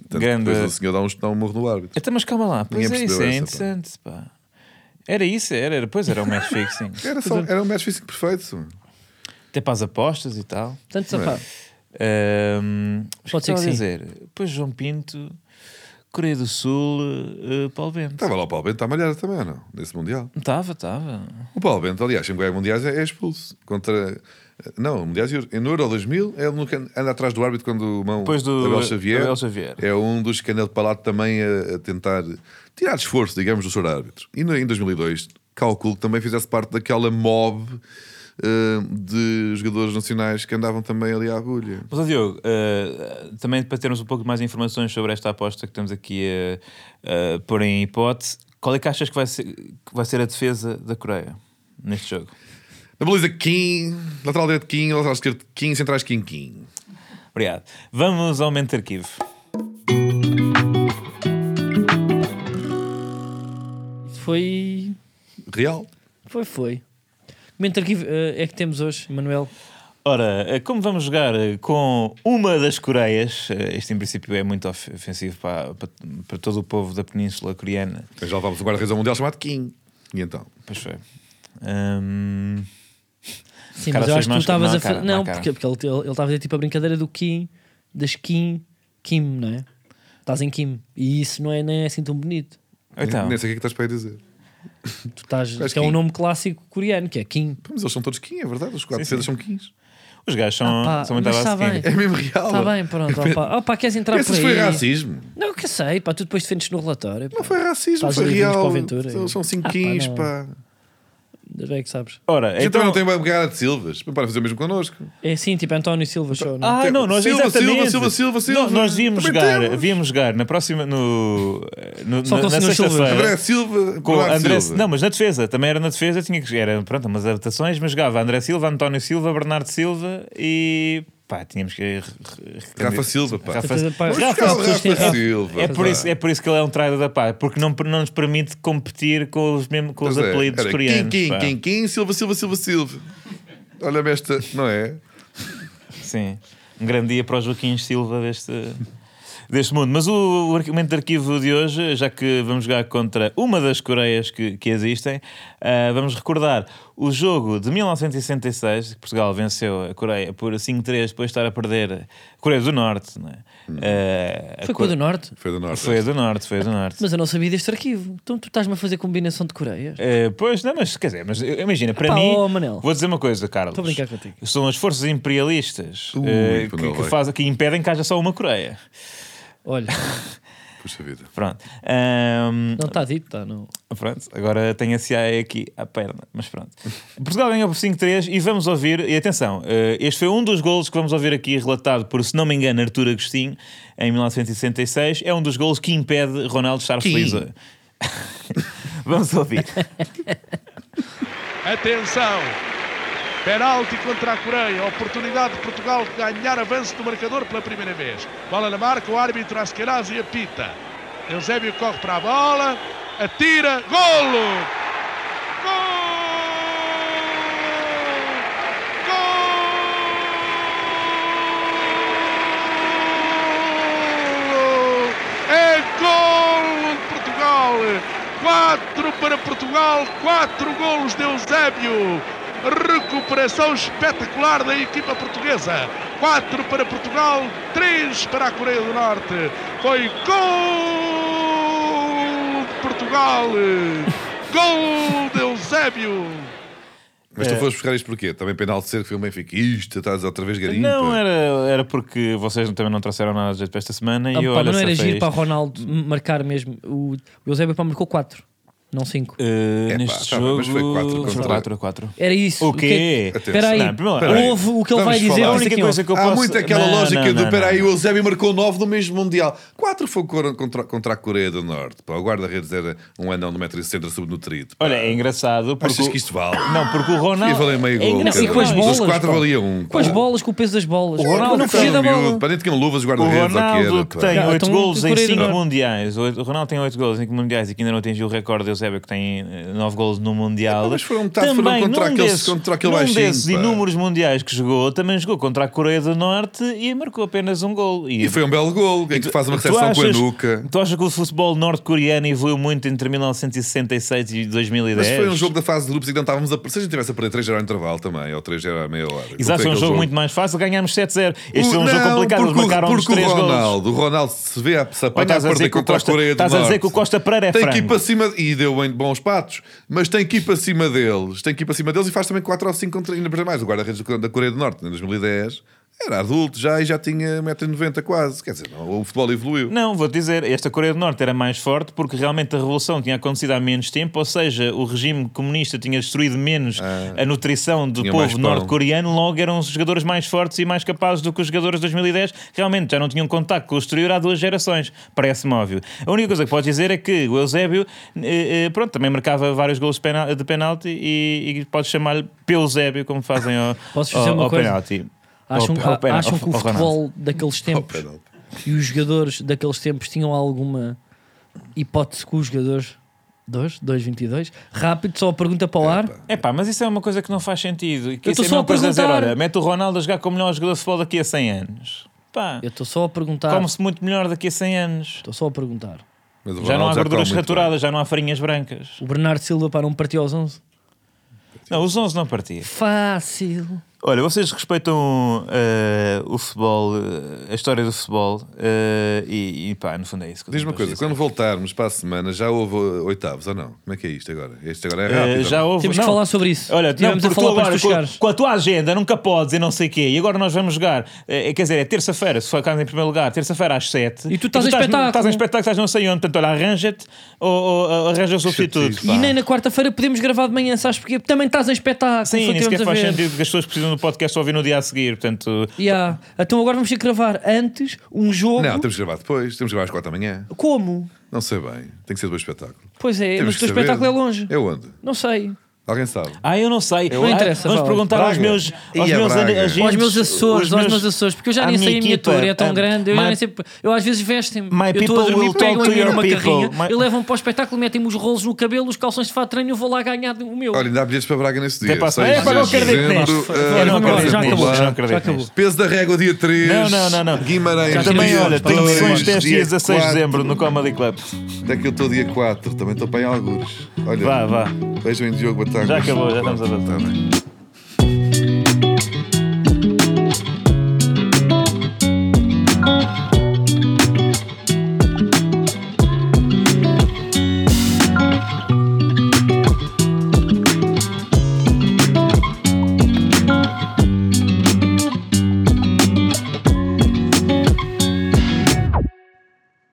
Speaker 3: Portanto,
Speaker 2: Grande-
Speaker 3: Depois o senhor dá um, dá um morro no árbitro.
Speaker 2: Então, mas calma lá, pois
Speaker 3: Ninguém
Speaker 2: é isso, é
Speaker 3: percebeu
Speaker 2: interessante. pá. Era isso, era, era, pois era um match fixing.
Speaker 3: Era, só,
Speaker 2: é.
Speaker 3: era um match físico perfeito.
Speaker 2: Até para as apostas e tal.
Speaker 1: Portanto, safado.
Speaker 2: Ahm, mas
Speaker 1: Pode
Speaker 2: o
Speaker 1: ser
Speaker 2: eu
Speaker 1: que
Speaker 2: estava a dizer, depois João Pinto, Coreia do Sul, eh, Paulo Bento.
Speaker 3: Estava lá o Paulo Bento a malhar também, não? Nesse Mundial.
Speaker 2: Estava, estava.
Speaker 3: O Paulo Bento, aliás, sempre ganha mundiais, é é expulso. Contra. eh, Não, mundiais e Euro- no Euro 2000, ele nunca anda atrás do árbitro quando o mão
Speaker 2: Depois do
Speaker 3: Abel Xavier.
Speaker 2: Abel Xavier.
Speaker 3: É um dos que anda de palato também a, a tentar tirar esforço, digamos, do senhor árbitro. E no- em 2002, calculo que também fizesse parte daquela mob eh, de jogadores nacionais que andavam também ali à agulha.
Speaker 2: Mas, ó, Diogo, eh, também para termos um pouco mais de informações sobre esta aposta que estamos aqui a, a pôr em hipótese, qual é que achas que vai ser, que vai ser a defesa da Coreia neste jogo?
Speaker 3: Na baliza, Kim, lateral direito, Kim, lateral esquerdo, Kim, centrais, Kim, Kim.
Speaker 2: Obrigado. Vamos ao momento de arquivo.
Speaker 1: Foi.
Speaker 3: Real.
Speaker 1: Foi, foi. Comenta arquivo eh, é que temos hoje, Manuel.
Speaker 2: Ora, eh, como vamos jogar eh, com uma das Coreias, eh, este em princípio é muito of- ofensivo para, para, para todo o povo da Península Coreana.
Speaker 3: Já levámos um guarda-redes ao mundial chamado Kim. E então?
Speaker 2: Pois foi. Ahm,
Speaker 1: Sim,
Speaker 2: Cara,
Speaker 1: mas eu
Speaker 2: fez
Speaker 1: acho que tu
Speaker 2: mais-
Speaker 1: estavas
Speaker 2: não,
Speaker 1: a fa-
Speaker 2: cara,
Speaker 1: Não,
Speaker 2: não, cara.
Speaker 1: porque, porque ele- ele ele estava a dizer tipo a brincadeira do Kim, das Kim, Kim, não é? Estás em Kim. E isso não é nem é assim tão bonito.
Speaker 2: então,
Speaker 3: Nem sei o que é que estás para aí dizer.
Speaker 1: Tu estás.
Speaker 3: Estás
Speaker 1: Que é um
Speaker 3: Kim.
Speaker 1: nome clássico coreano, que é Kim.
Speaker 3: Pô, Mas eles são todos Kim, é verdade. Os quatro
Speaker 2: Sim, sim.
Speaker 3: defesas são Kings.
Speaker 2: os gajos são,
Speaker 1: Ah, pá,
Speaker 2: são muito à
Speaker 1: mas
Speaker 2: base
Speaker 1: está
Speaker 2: de quem?
Speaker 1: bem.
Speaker 3: É mesmo real.
Speaker 1: Está Tá bem, pronto, opa. Opa, queres entrar por
Speaker 3: Esse foi
Speaker 1: aí?
Speaker 3: racismo.
Speaker 1: Não, que sei, pá, tu depois defendes no relatório. Pá.
Speaker 3: Não foi racismo,
Speaker 1: Estás
Speaker 3: foi
Speaker 1: livrinhos
Speaker 3: real.
Speaker 1: Tá para a aventura.
Speaker 3: São- São
Speaker 1: Ah,
Speaker 3: cinco
Speaker 1: pá,
Speaker 3: Kings,
Speaker 1: não.
Speaker 3: pá.
Speaker 1: Já é que sabes.
Speaker 2: Ora,
Speaker 3: A gente
Speaker 2: então,
Speaker 3: também não tem bem cara de Silvas. Para fazer o mesmo connosco.
Speaker 1: É assim, tipo António Silva
Speaker 3: Então,
Speaker 1: Show, não?
Speaker 2: Ah,
Speaker 3: Tem-
Speaker 2: não, nós
Speaker 3: Silva,
Speaker 2: exatamente.
Speaker 3: Silva, Silva, Silva, Silva.
Speaker 2: Não, nós devíamos
Speaker 3: Também
Speaker 2: jogar,
Speaker 3: temos.
Speaker 2: devíamos jogar na próxima no, no-
Speaker 1: Só com
Speaker 2: na,
Speaker 1: o
Speaker 2: na
Speaker 1: senhor Silva.
Speaker 2: sexta-feira.
Speaker 3: André Silva,
Speaker 2: É. Com
Speaker 3: Bernardo
Speaker 2: André,
Speaker 3: Silva.
Speaker 2: não, mas na defesa, também era na defesa, tinha que era, pronto, umas adaptações, mas jogava André Silva, António Silva, Bernardo Silva e pá, tínhamos que re- re-
Speaker 3: Rafa Silva, pá.
Speaker 2: Rafa-
Speaker 1: Então, pá,
Speaker 3: Vamos
Speaker 1: Rafa,
Speaker 3: buscar o
Speaker 1: as pessoas têm
Speaker 3: Rafa
Speaker 1: Rafa.
Speaker 3: Silva.
Speaker 2: É por,
Speaker 3: pá.
Speaker 2: isso, é por isso que ele é um traidor da pá, porque não, não nos permite competir com os, mesmo, com os
Speaker 3: Pois é,
Speaker 2: apelidos
Speaker 3: era
Speaker 2: coreanos.
Speaker 3: Kim, Kim,
Speaker 2: pá.
Speaker 3: Kim, Kim, Silva, Silva, Silva, Silva. Olha-me esta, não é?
Speaker 2: Sim. Um grande dia para o Joaquim Silva deste, deste mundo. Mas o, o argumento de arquivo de hoje, já que vamos jogar contra uma das Coreias que, que existem, ah, vamos recordar o jogo de 1966, que Portugal venceu a Coreia por 5-3, depois de estar a perder a Coreia do Norte. Não é? Ah, a
Speaker 1: Foi com a do
Speaker 2: Core-
Speaker 1: Norte. é
Speaker 3: Foi da Norte.
Speaker 2: Foi a do Norte, foi a do Norte.
Speaker 1: Mas eu não sabia deste arquivo. Então tu estás-me a fazer combinação de Coreias.
Speaker 2: Eh, pois, não, mas quer dizer, mas eu- imagina, para
Speaker 1: Pá,
Speaker 2: mim,
Speaker 1: ó, oh, Manel.
Speaker 2: vou dizer uma coisa, Carlos.
Speaker 1: Estou a brincar contigo.
Speaker 2: São as forças imperialistas
Speaker 3: Ui,
Speaker 2: eh,
Speaker 3: quando
Speaker 2: que,
Speaker 3: ele
Speaker 2: que,
Speaker 3: vai.
Speaker 2: fazem- que impedem que haja só uma Coreia.
Speaker 1: Olha,
Speaker 3: Puxa vida.
Speaker 2: Pronto. Ahm,
Speaker 1: não está dito, está. Não.
Speaker 2: pronto. Agora tenho a CIA aqui à perna, mas pronto. Portugal ganhou por 5-3 e vamos ouvir. E atenção, eh, este foi um dos golos que vamos ouvir aqui relatado por, se não me engano, Arturo Agostinho, em 1966. É um dos golos que impede Ronaldo estar
Speaker 3: Quem?
Speaker 2: feliz. hoje. vamos ouvir.
Speaker 4: Atenção! Penalti contra a Coreia, oportunidade de Portugal de ganhar avanço do marcador pela primeira vez. Bola na marca, o árbitro Asqueraz e apita. Eusébio corre para a bola, atira, golo! Gol! Gol! É golo de Portugal! 4 para Portugal, 4 golos de Eusébio. Recuperação espetacular da equipa portuguesa. 4 para Portugal, 3 para a Coreia do Norte. Foi gol de Portugal! Gol de Eusébio!
Speaker 3: Mas
Speaker 2: É.
Speaker 3: tu foste buscar isto porquê? Também penaltecer que foi um benfiquista, estás outra vez garimpa.
Speaker 2: Não, é era, era porque vocês também não trouxeram nada de jeito para esta semana.
Speaker 1: Ah,
Speaker 2: e eu,
Speaker 1: pá,
Speaker 2: olha,
Speaker 1: não era
Speaker 2: safei
Speaker 1: giro para
Speaker 2: isto.
Speaker 1: Ronaldo marcar mesmo. O, o Eusébio pá, marcou 4, não 5.
Speaker 2: Eh,
Speaker 3: Epá,
Speaker 2: neste
Speaker 3: tá bem,
Speaker 2: jogo.
Speaker 3: mas foi quatro contra-
Speaker 2: 4 a 4.
Speaker 1: Era isso.
Speaker 2: O quê?
Speaker 1: que- Espera aí.
Speaker 2: Não, primeiro lá.
Speaker 1: Houve o que ele
Speaker 3: Vamos
Speaker 1: vai dizer.
Speaker 3: falar.
Speaker 2: A
Speaker 3: A
Speaker 1: mas
Speaker 2: única
Speaker 1: aqui, ó.
Speaker 2: coisa que eu
Speaker 3: Há
Speaker 2: posso...
Speaker 3: muito aquela
Speaker 2: Não,
Speaker 3: lógica
Speaker 2: não,
Speaker 3: do
Speaker 2: não,
Speaker 3: peraí,
Speaker 2: não.
Speaker 3: o Eusébio marcou 9 no mesmo Mundial. 4 foi cor- contra, contra a Coreia do Norte. Pá, o guarda-redes era um anão de 1,60m subnutrido. pá.
Speaker 2: Olha, é engraçado porque...
Speaker 3: Achas
Speaker 2: o-
Speaker 3: que isto vale?
Speaker 2: Não, porque o Ronaldo...
Speaker 3: E valeu meio
Speaker 2: é
Speaker 3: gol.
Speaker 2: engraçado.
Speaker 1: Não, e com as
Speaker 2: Não,
Speaker 1: bolas.
Speaker 3: Os 4
Speaker 1: pá.
Speaker 3: valia 1.
Speaker 1: Com as bolas, com o peso das bolas.
Speaker 2: um. O Ronaldo
Speaker 1: não
Speaker 2: foi
Speaker 1: fugia da bola.
Speaker 3: Para nem tinham luvas os
Speaker 2: O
Speaker 3: guarda-redes. ou o que era,
Speaker 2: Ronaldo
Speaker 3: pá.
Speaker 2: tem
Speaker 1: Ah,
Speaker 2: 8
Speaker 1: então,
Speaker 2: gols em
Speaker 1: Coreia do
Speaker 2: 5
Speaker 1: Norte.
Speaker 2: mundiais. O o Ronaldo tem 8 gols em 5 mundiais e que ainda não atingiu o recorde do Eusébio, que tem 9 gols no mundial.
Speaker 3: Epá, mas um foram metade, foram contra
Speaker 2: num
Speaker 3: aqueles-
Speaker 2: desses-
Speaker 3: contra aquele
Speaker 2: num
Speaker 3: baixinho,
Speaker 2: desses
Speaker 3: pá.
Speaker 2: inúmeros mundiais que jogou, também jogou contra a Coreia do Norte e marcou apenas um gol.
Speaker 3: E foi um belo gol. Em que tu faz uma
Speaker 2: Tu
Speaker 3: recepção com a
Speaker 2: achas-
Speaker 3: nuca.
Speaker 2: Tu achas que o futebol norte-coreano evoluiu muito entre 1966 e 2010?
Speaker 3: Mas foi um jogo da fase de grupos e que não estávamos a. Se a gente tivesse a perder 3 era o intervalo também, ou 3 era a meia hora.
Speaker 2: Exato, foi um
Speaker 3: Aquele
Speaker 2: jogo, muito mais fácil, ganhámos 7-0. Este é um
Speaker 3: O-
Speaker 2: jogo
Speaker 3: não,
Speaker 2: complicado, eles
Speaker 3: porque o-
Speaker 2: marcaram-nos
Speaker 3: porque
Speaker 2: 3
Speaker 3: o
Speaker 2: gols.
Speaker 3: Ronaldo, o Ronaldo se vê a se apanha a
Speaker 2: estás a dizer
Speaker 3: perder
Speaker 2: que o
Speaker 3: contra
Speaker 2: Costa-
Speaker 3: a Coreia do
Speaker 2: estás a dizer
Speaker 3: Norte.
Speaker 2: que o Costa Pereira é
Speaker 3: Tem que ir
Speaker 2: frango.
Speaker 3: para cima, e deu bem bons patos, mas tem que ir para cima deles, tem que ir para cima deles e faz também 4 ou 5 contra, ainda para mais, o guarda-redes do- da Coreia do Norte, em 2010, era adulto já e já tinha 1,90m quase, quer dizer, não, o futebol evoluiu.
Speaker 2: Não, vou dizer, esta Coreia do Norte era mais forte porque realmente a revolução tinha acontecido há menos tempo, ou seja, o regime comunista tinha destruído menos a nutrição do
Speaker 3: É. Tinha mais
Speaker 2: povo
Speaker 3: pão.
Speaker 2: norte-coreano, logo eram os jogadores mais fortes e mais capazes do que os jogadores de 2010. Realmente já não tinham contacto com o exterior há duas gerações, parece-me óbvio. A única coisa que podes dizer é que o Eusébio, eh, eh, pronto, também marcava vários gols de penal- de penalti e, e podes chamar-lhe Peusébio, como fazem ao,
Speaker 1: Posso
Speaker 2: ao,
Speaker 1: dizer uma
Speaker 2: ao
Speaker 1: coisa?
Speaker 2: penalti.
Speaker 1: Acham,
Speaker 2: Ao- ao
Speaker 1: a-
Speaker 2: penal-
Speaker 1: acham que o
Speaker 2: ao Ronaldo.
Speaker 1: futebol daqueles tempos
Speaker 3: penalti.
Speaker 1: e os jogadores daqueles tempos tinham alguma hipótese com os jogadores 2, 2, 22? Rápido, só a pergunta para o ar.
Speaker 2: É pá, mas isso é uma coisa que não faz sentido. E que
Speaker 1: Eu
Speaker 2: isso
Speaker 1: estou
Speaker 2: é
Speaker 1: só
Speaker 2: mesma
Speaker 1: a
Speaker 2: coisa dizer,
Speaker 1: perguntar.
Speaker 2: olha, mete o Ronaldo a jogar como o melhor jogador de futebol daqui a 100 anos. Pá,
Speaker 1: Eu estou só a perguntar.
Speaker 2: come-se muito melhor daqui a 100 anos.
Speaker 1: Estou só a perguntar.
Speaker 3: Mas o
Speaker 2: Já não há
Speaker 3: Ronaldo
Speaker 2: gorduras
Speaker 3: come muito
Speaker 2: saturadas, já não há farinhas brancas.
Speaker 1: O Bernardo Silva para não partiu aos 11?
Speaker 2: Não, os 11 não partiam.
Speaker 1: Fácil.
Speaker 2: Olha, vocês respeitam eh, o futebol, eh, a história do futebol eh, e, e pá, no fundo é isso. que eu
Speaker 3: Diz uma
Speaker 2: tenho
Speaker 3: coisa,
Speaker 2: para
Speaker 3: quando voltarmos para a semana já houve uh, oitavos ou não? Como é que é isto agora? Este agora é
Speaker 2: dizer.
Speaker 3: rápido.
Speaker 2: Eh, já houve,
Speaker 1: Temos
Speaker 2: não.
Speaker 1: que falar sobre isso.
Speaker 2: Olha,
Speaker 1: Tivemos
Speaker 2: não,
Speaker 1: a
Speaker 2: porque
Speaker 1: falar
Speaker 2: tu
Speaker 1: para
Speaker 2: agora,
Speaker 1: os chegares.
Speaker 2: com, com a tua agenda nunca podes e não sei o quê. E agora nós vamos jogar, eh, quer dizer, é terça-feira, se for acaso em primeiro lugar, terça-feira às 7.
Speaker 1: E tu estás em espetáculo.
Speaker 2: Estás em espetáculo, estás não sei onde. Portanto, olha, arranja-te ou, ou, ou arranja o substituto. pá.
Speaker 1: E nem na quarta-feira podemos gravar de manhã, sabes porque também estás em espetáculo.
Speaker 2: Sim,
Speaker 1: só
Speaker 2: nem
Speaker 1: tivemos
Speaker 2: sequer
Speaker 1: a
Speaker 2: faz
Speaker 1: ver.
Speaker 2: sentido que as pessoas precisam do podcast ouvir no dia a seguir. Portanto,
Speaker 1: Yeah. Então agora vamos ter que gravar antes um jogo.
Speaker 3: Não, temos que gravar depois, temos que gravar às 4 da manhã.
Speaker 1: Como?
Speaker 3: Não sei bem, tem que ser depois do espetáculo.
Speaker 1: Pois
Speaker 2: Eh,
Speaker 1: é, mas
Speaker 3: Temos
Speaker 1: o
Speaker 3: que
Speaker 1: teu
Speaker 3: saber.
Speaker 1: espetáculo é longe.
Speaker 3: É onde?
Speaker 1: Não sei.
Speaker 3: Alguém sabe?
Speaker 2: ah, eu não sei.
Speaker 1: Não
Speaker 2: Ah,
Speaker 1: interessa,
Speaker 2: Vamos
Speaker 1: Val.
Speaker 2: perguntar aos
Speaker 3: Braga.
Speaker 2: meus, aos
Speaker 3: Ia,
Speaker 2: meus
Speaker 3: Braga.
Speaker 2: agentes,
Speaker 1: aos meus Açores,
Speaker 2: os
Speaker 1: aos meus Açores, porque eu já
Speaker 2: à
Speaker 1: nem sei a minha
Speaker 2: equipa.
Speaker 1: torre, é tão
Speaker 2: Ah,
Speaker 1: grande, eu já
Speaker 2: my-
Speaker 1: nem sei. Eu às vezes vestem-me,
Speaker 2: My
Speaker 1: eu estou a
Speaker 2: people will
Speaker 1: dormir,
Speaker 2: talk
Speaker 1: pegam
Speaker 2: to
Speaker 1: em mim
Speaker 2: your
Speaker 1: numa
Speaker 2: people.
Speaker 1: carrinha,
Speaker 2: My-
Speaker 1: e levam-me para o espetáculo, metem-me os rolos no cabelo, os calções de fato de treino e eu vou lá ganhar o meu.
Speaker 3: Olha, ainda há bilhetes para Braga nesse dia.
Speaker 2: Até para a
Speaker 3: 6
Speaker 2: semana. É, pá, não
Speaker 3: de
Speaker 2: acredito
Speaker 3: dezembro,
Speaker 2: nisto.
Speaker 3: eh,
Speaker 2: Eu não acredito
Speaker 3: vamos lá.
Speaker 2: nisto. Já acabou.
Speaker 1: já acabou.
Speaker 3: Peso da régua dia 3.
Speaker 2: Não, não, não, não.
Speaker 3: Guimarães.
Speaker 1: Já
Speaker 2: Também,
Speaker 3: dia
Speaker 2: olha, tenho
Speaker 3: dois,
Speaker 2: sessões de 10
Speaker 3: dia
Speaker 2: dias a 6 de
Speaker 3: quatro.
Speaker 2: dezembro no Comedy Club.
Speaker 3: Daqui eu estou dia 4. Também estou para em algures. Olha,
Speaker 2: Vá, vá.
Speaker 3: vejam em Diogo Batagos.
Speaker 2: Já acabou, já estamos a avançar.
Speaker 3: Tá bem.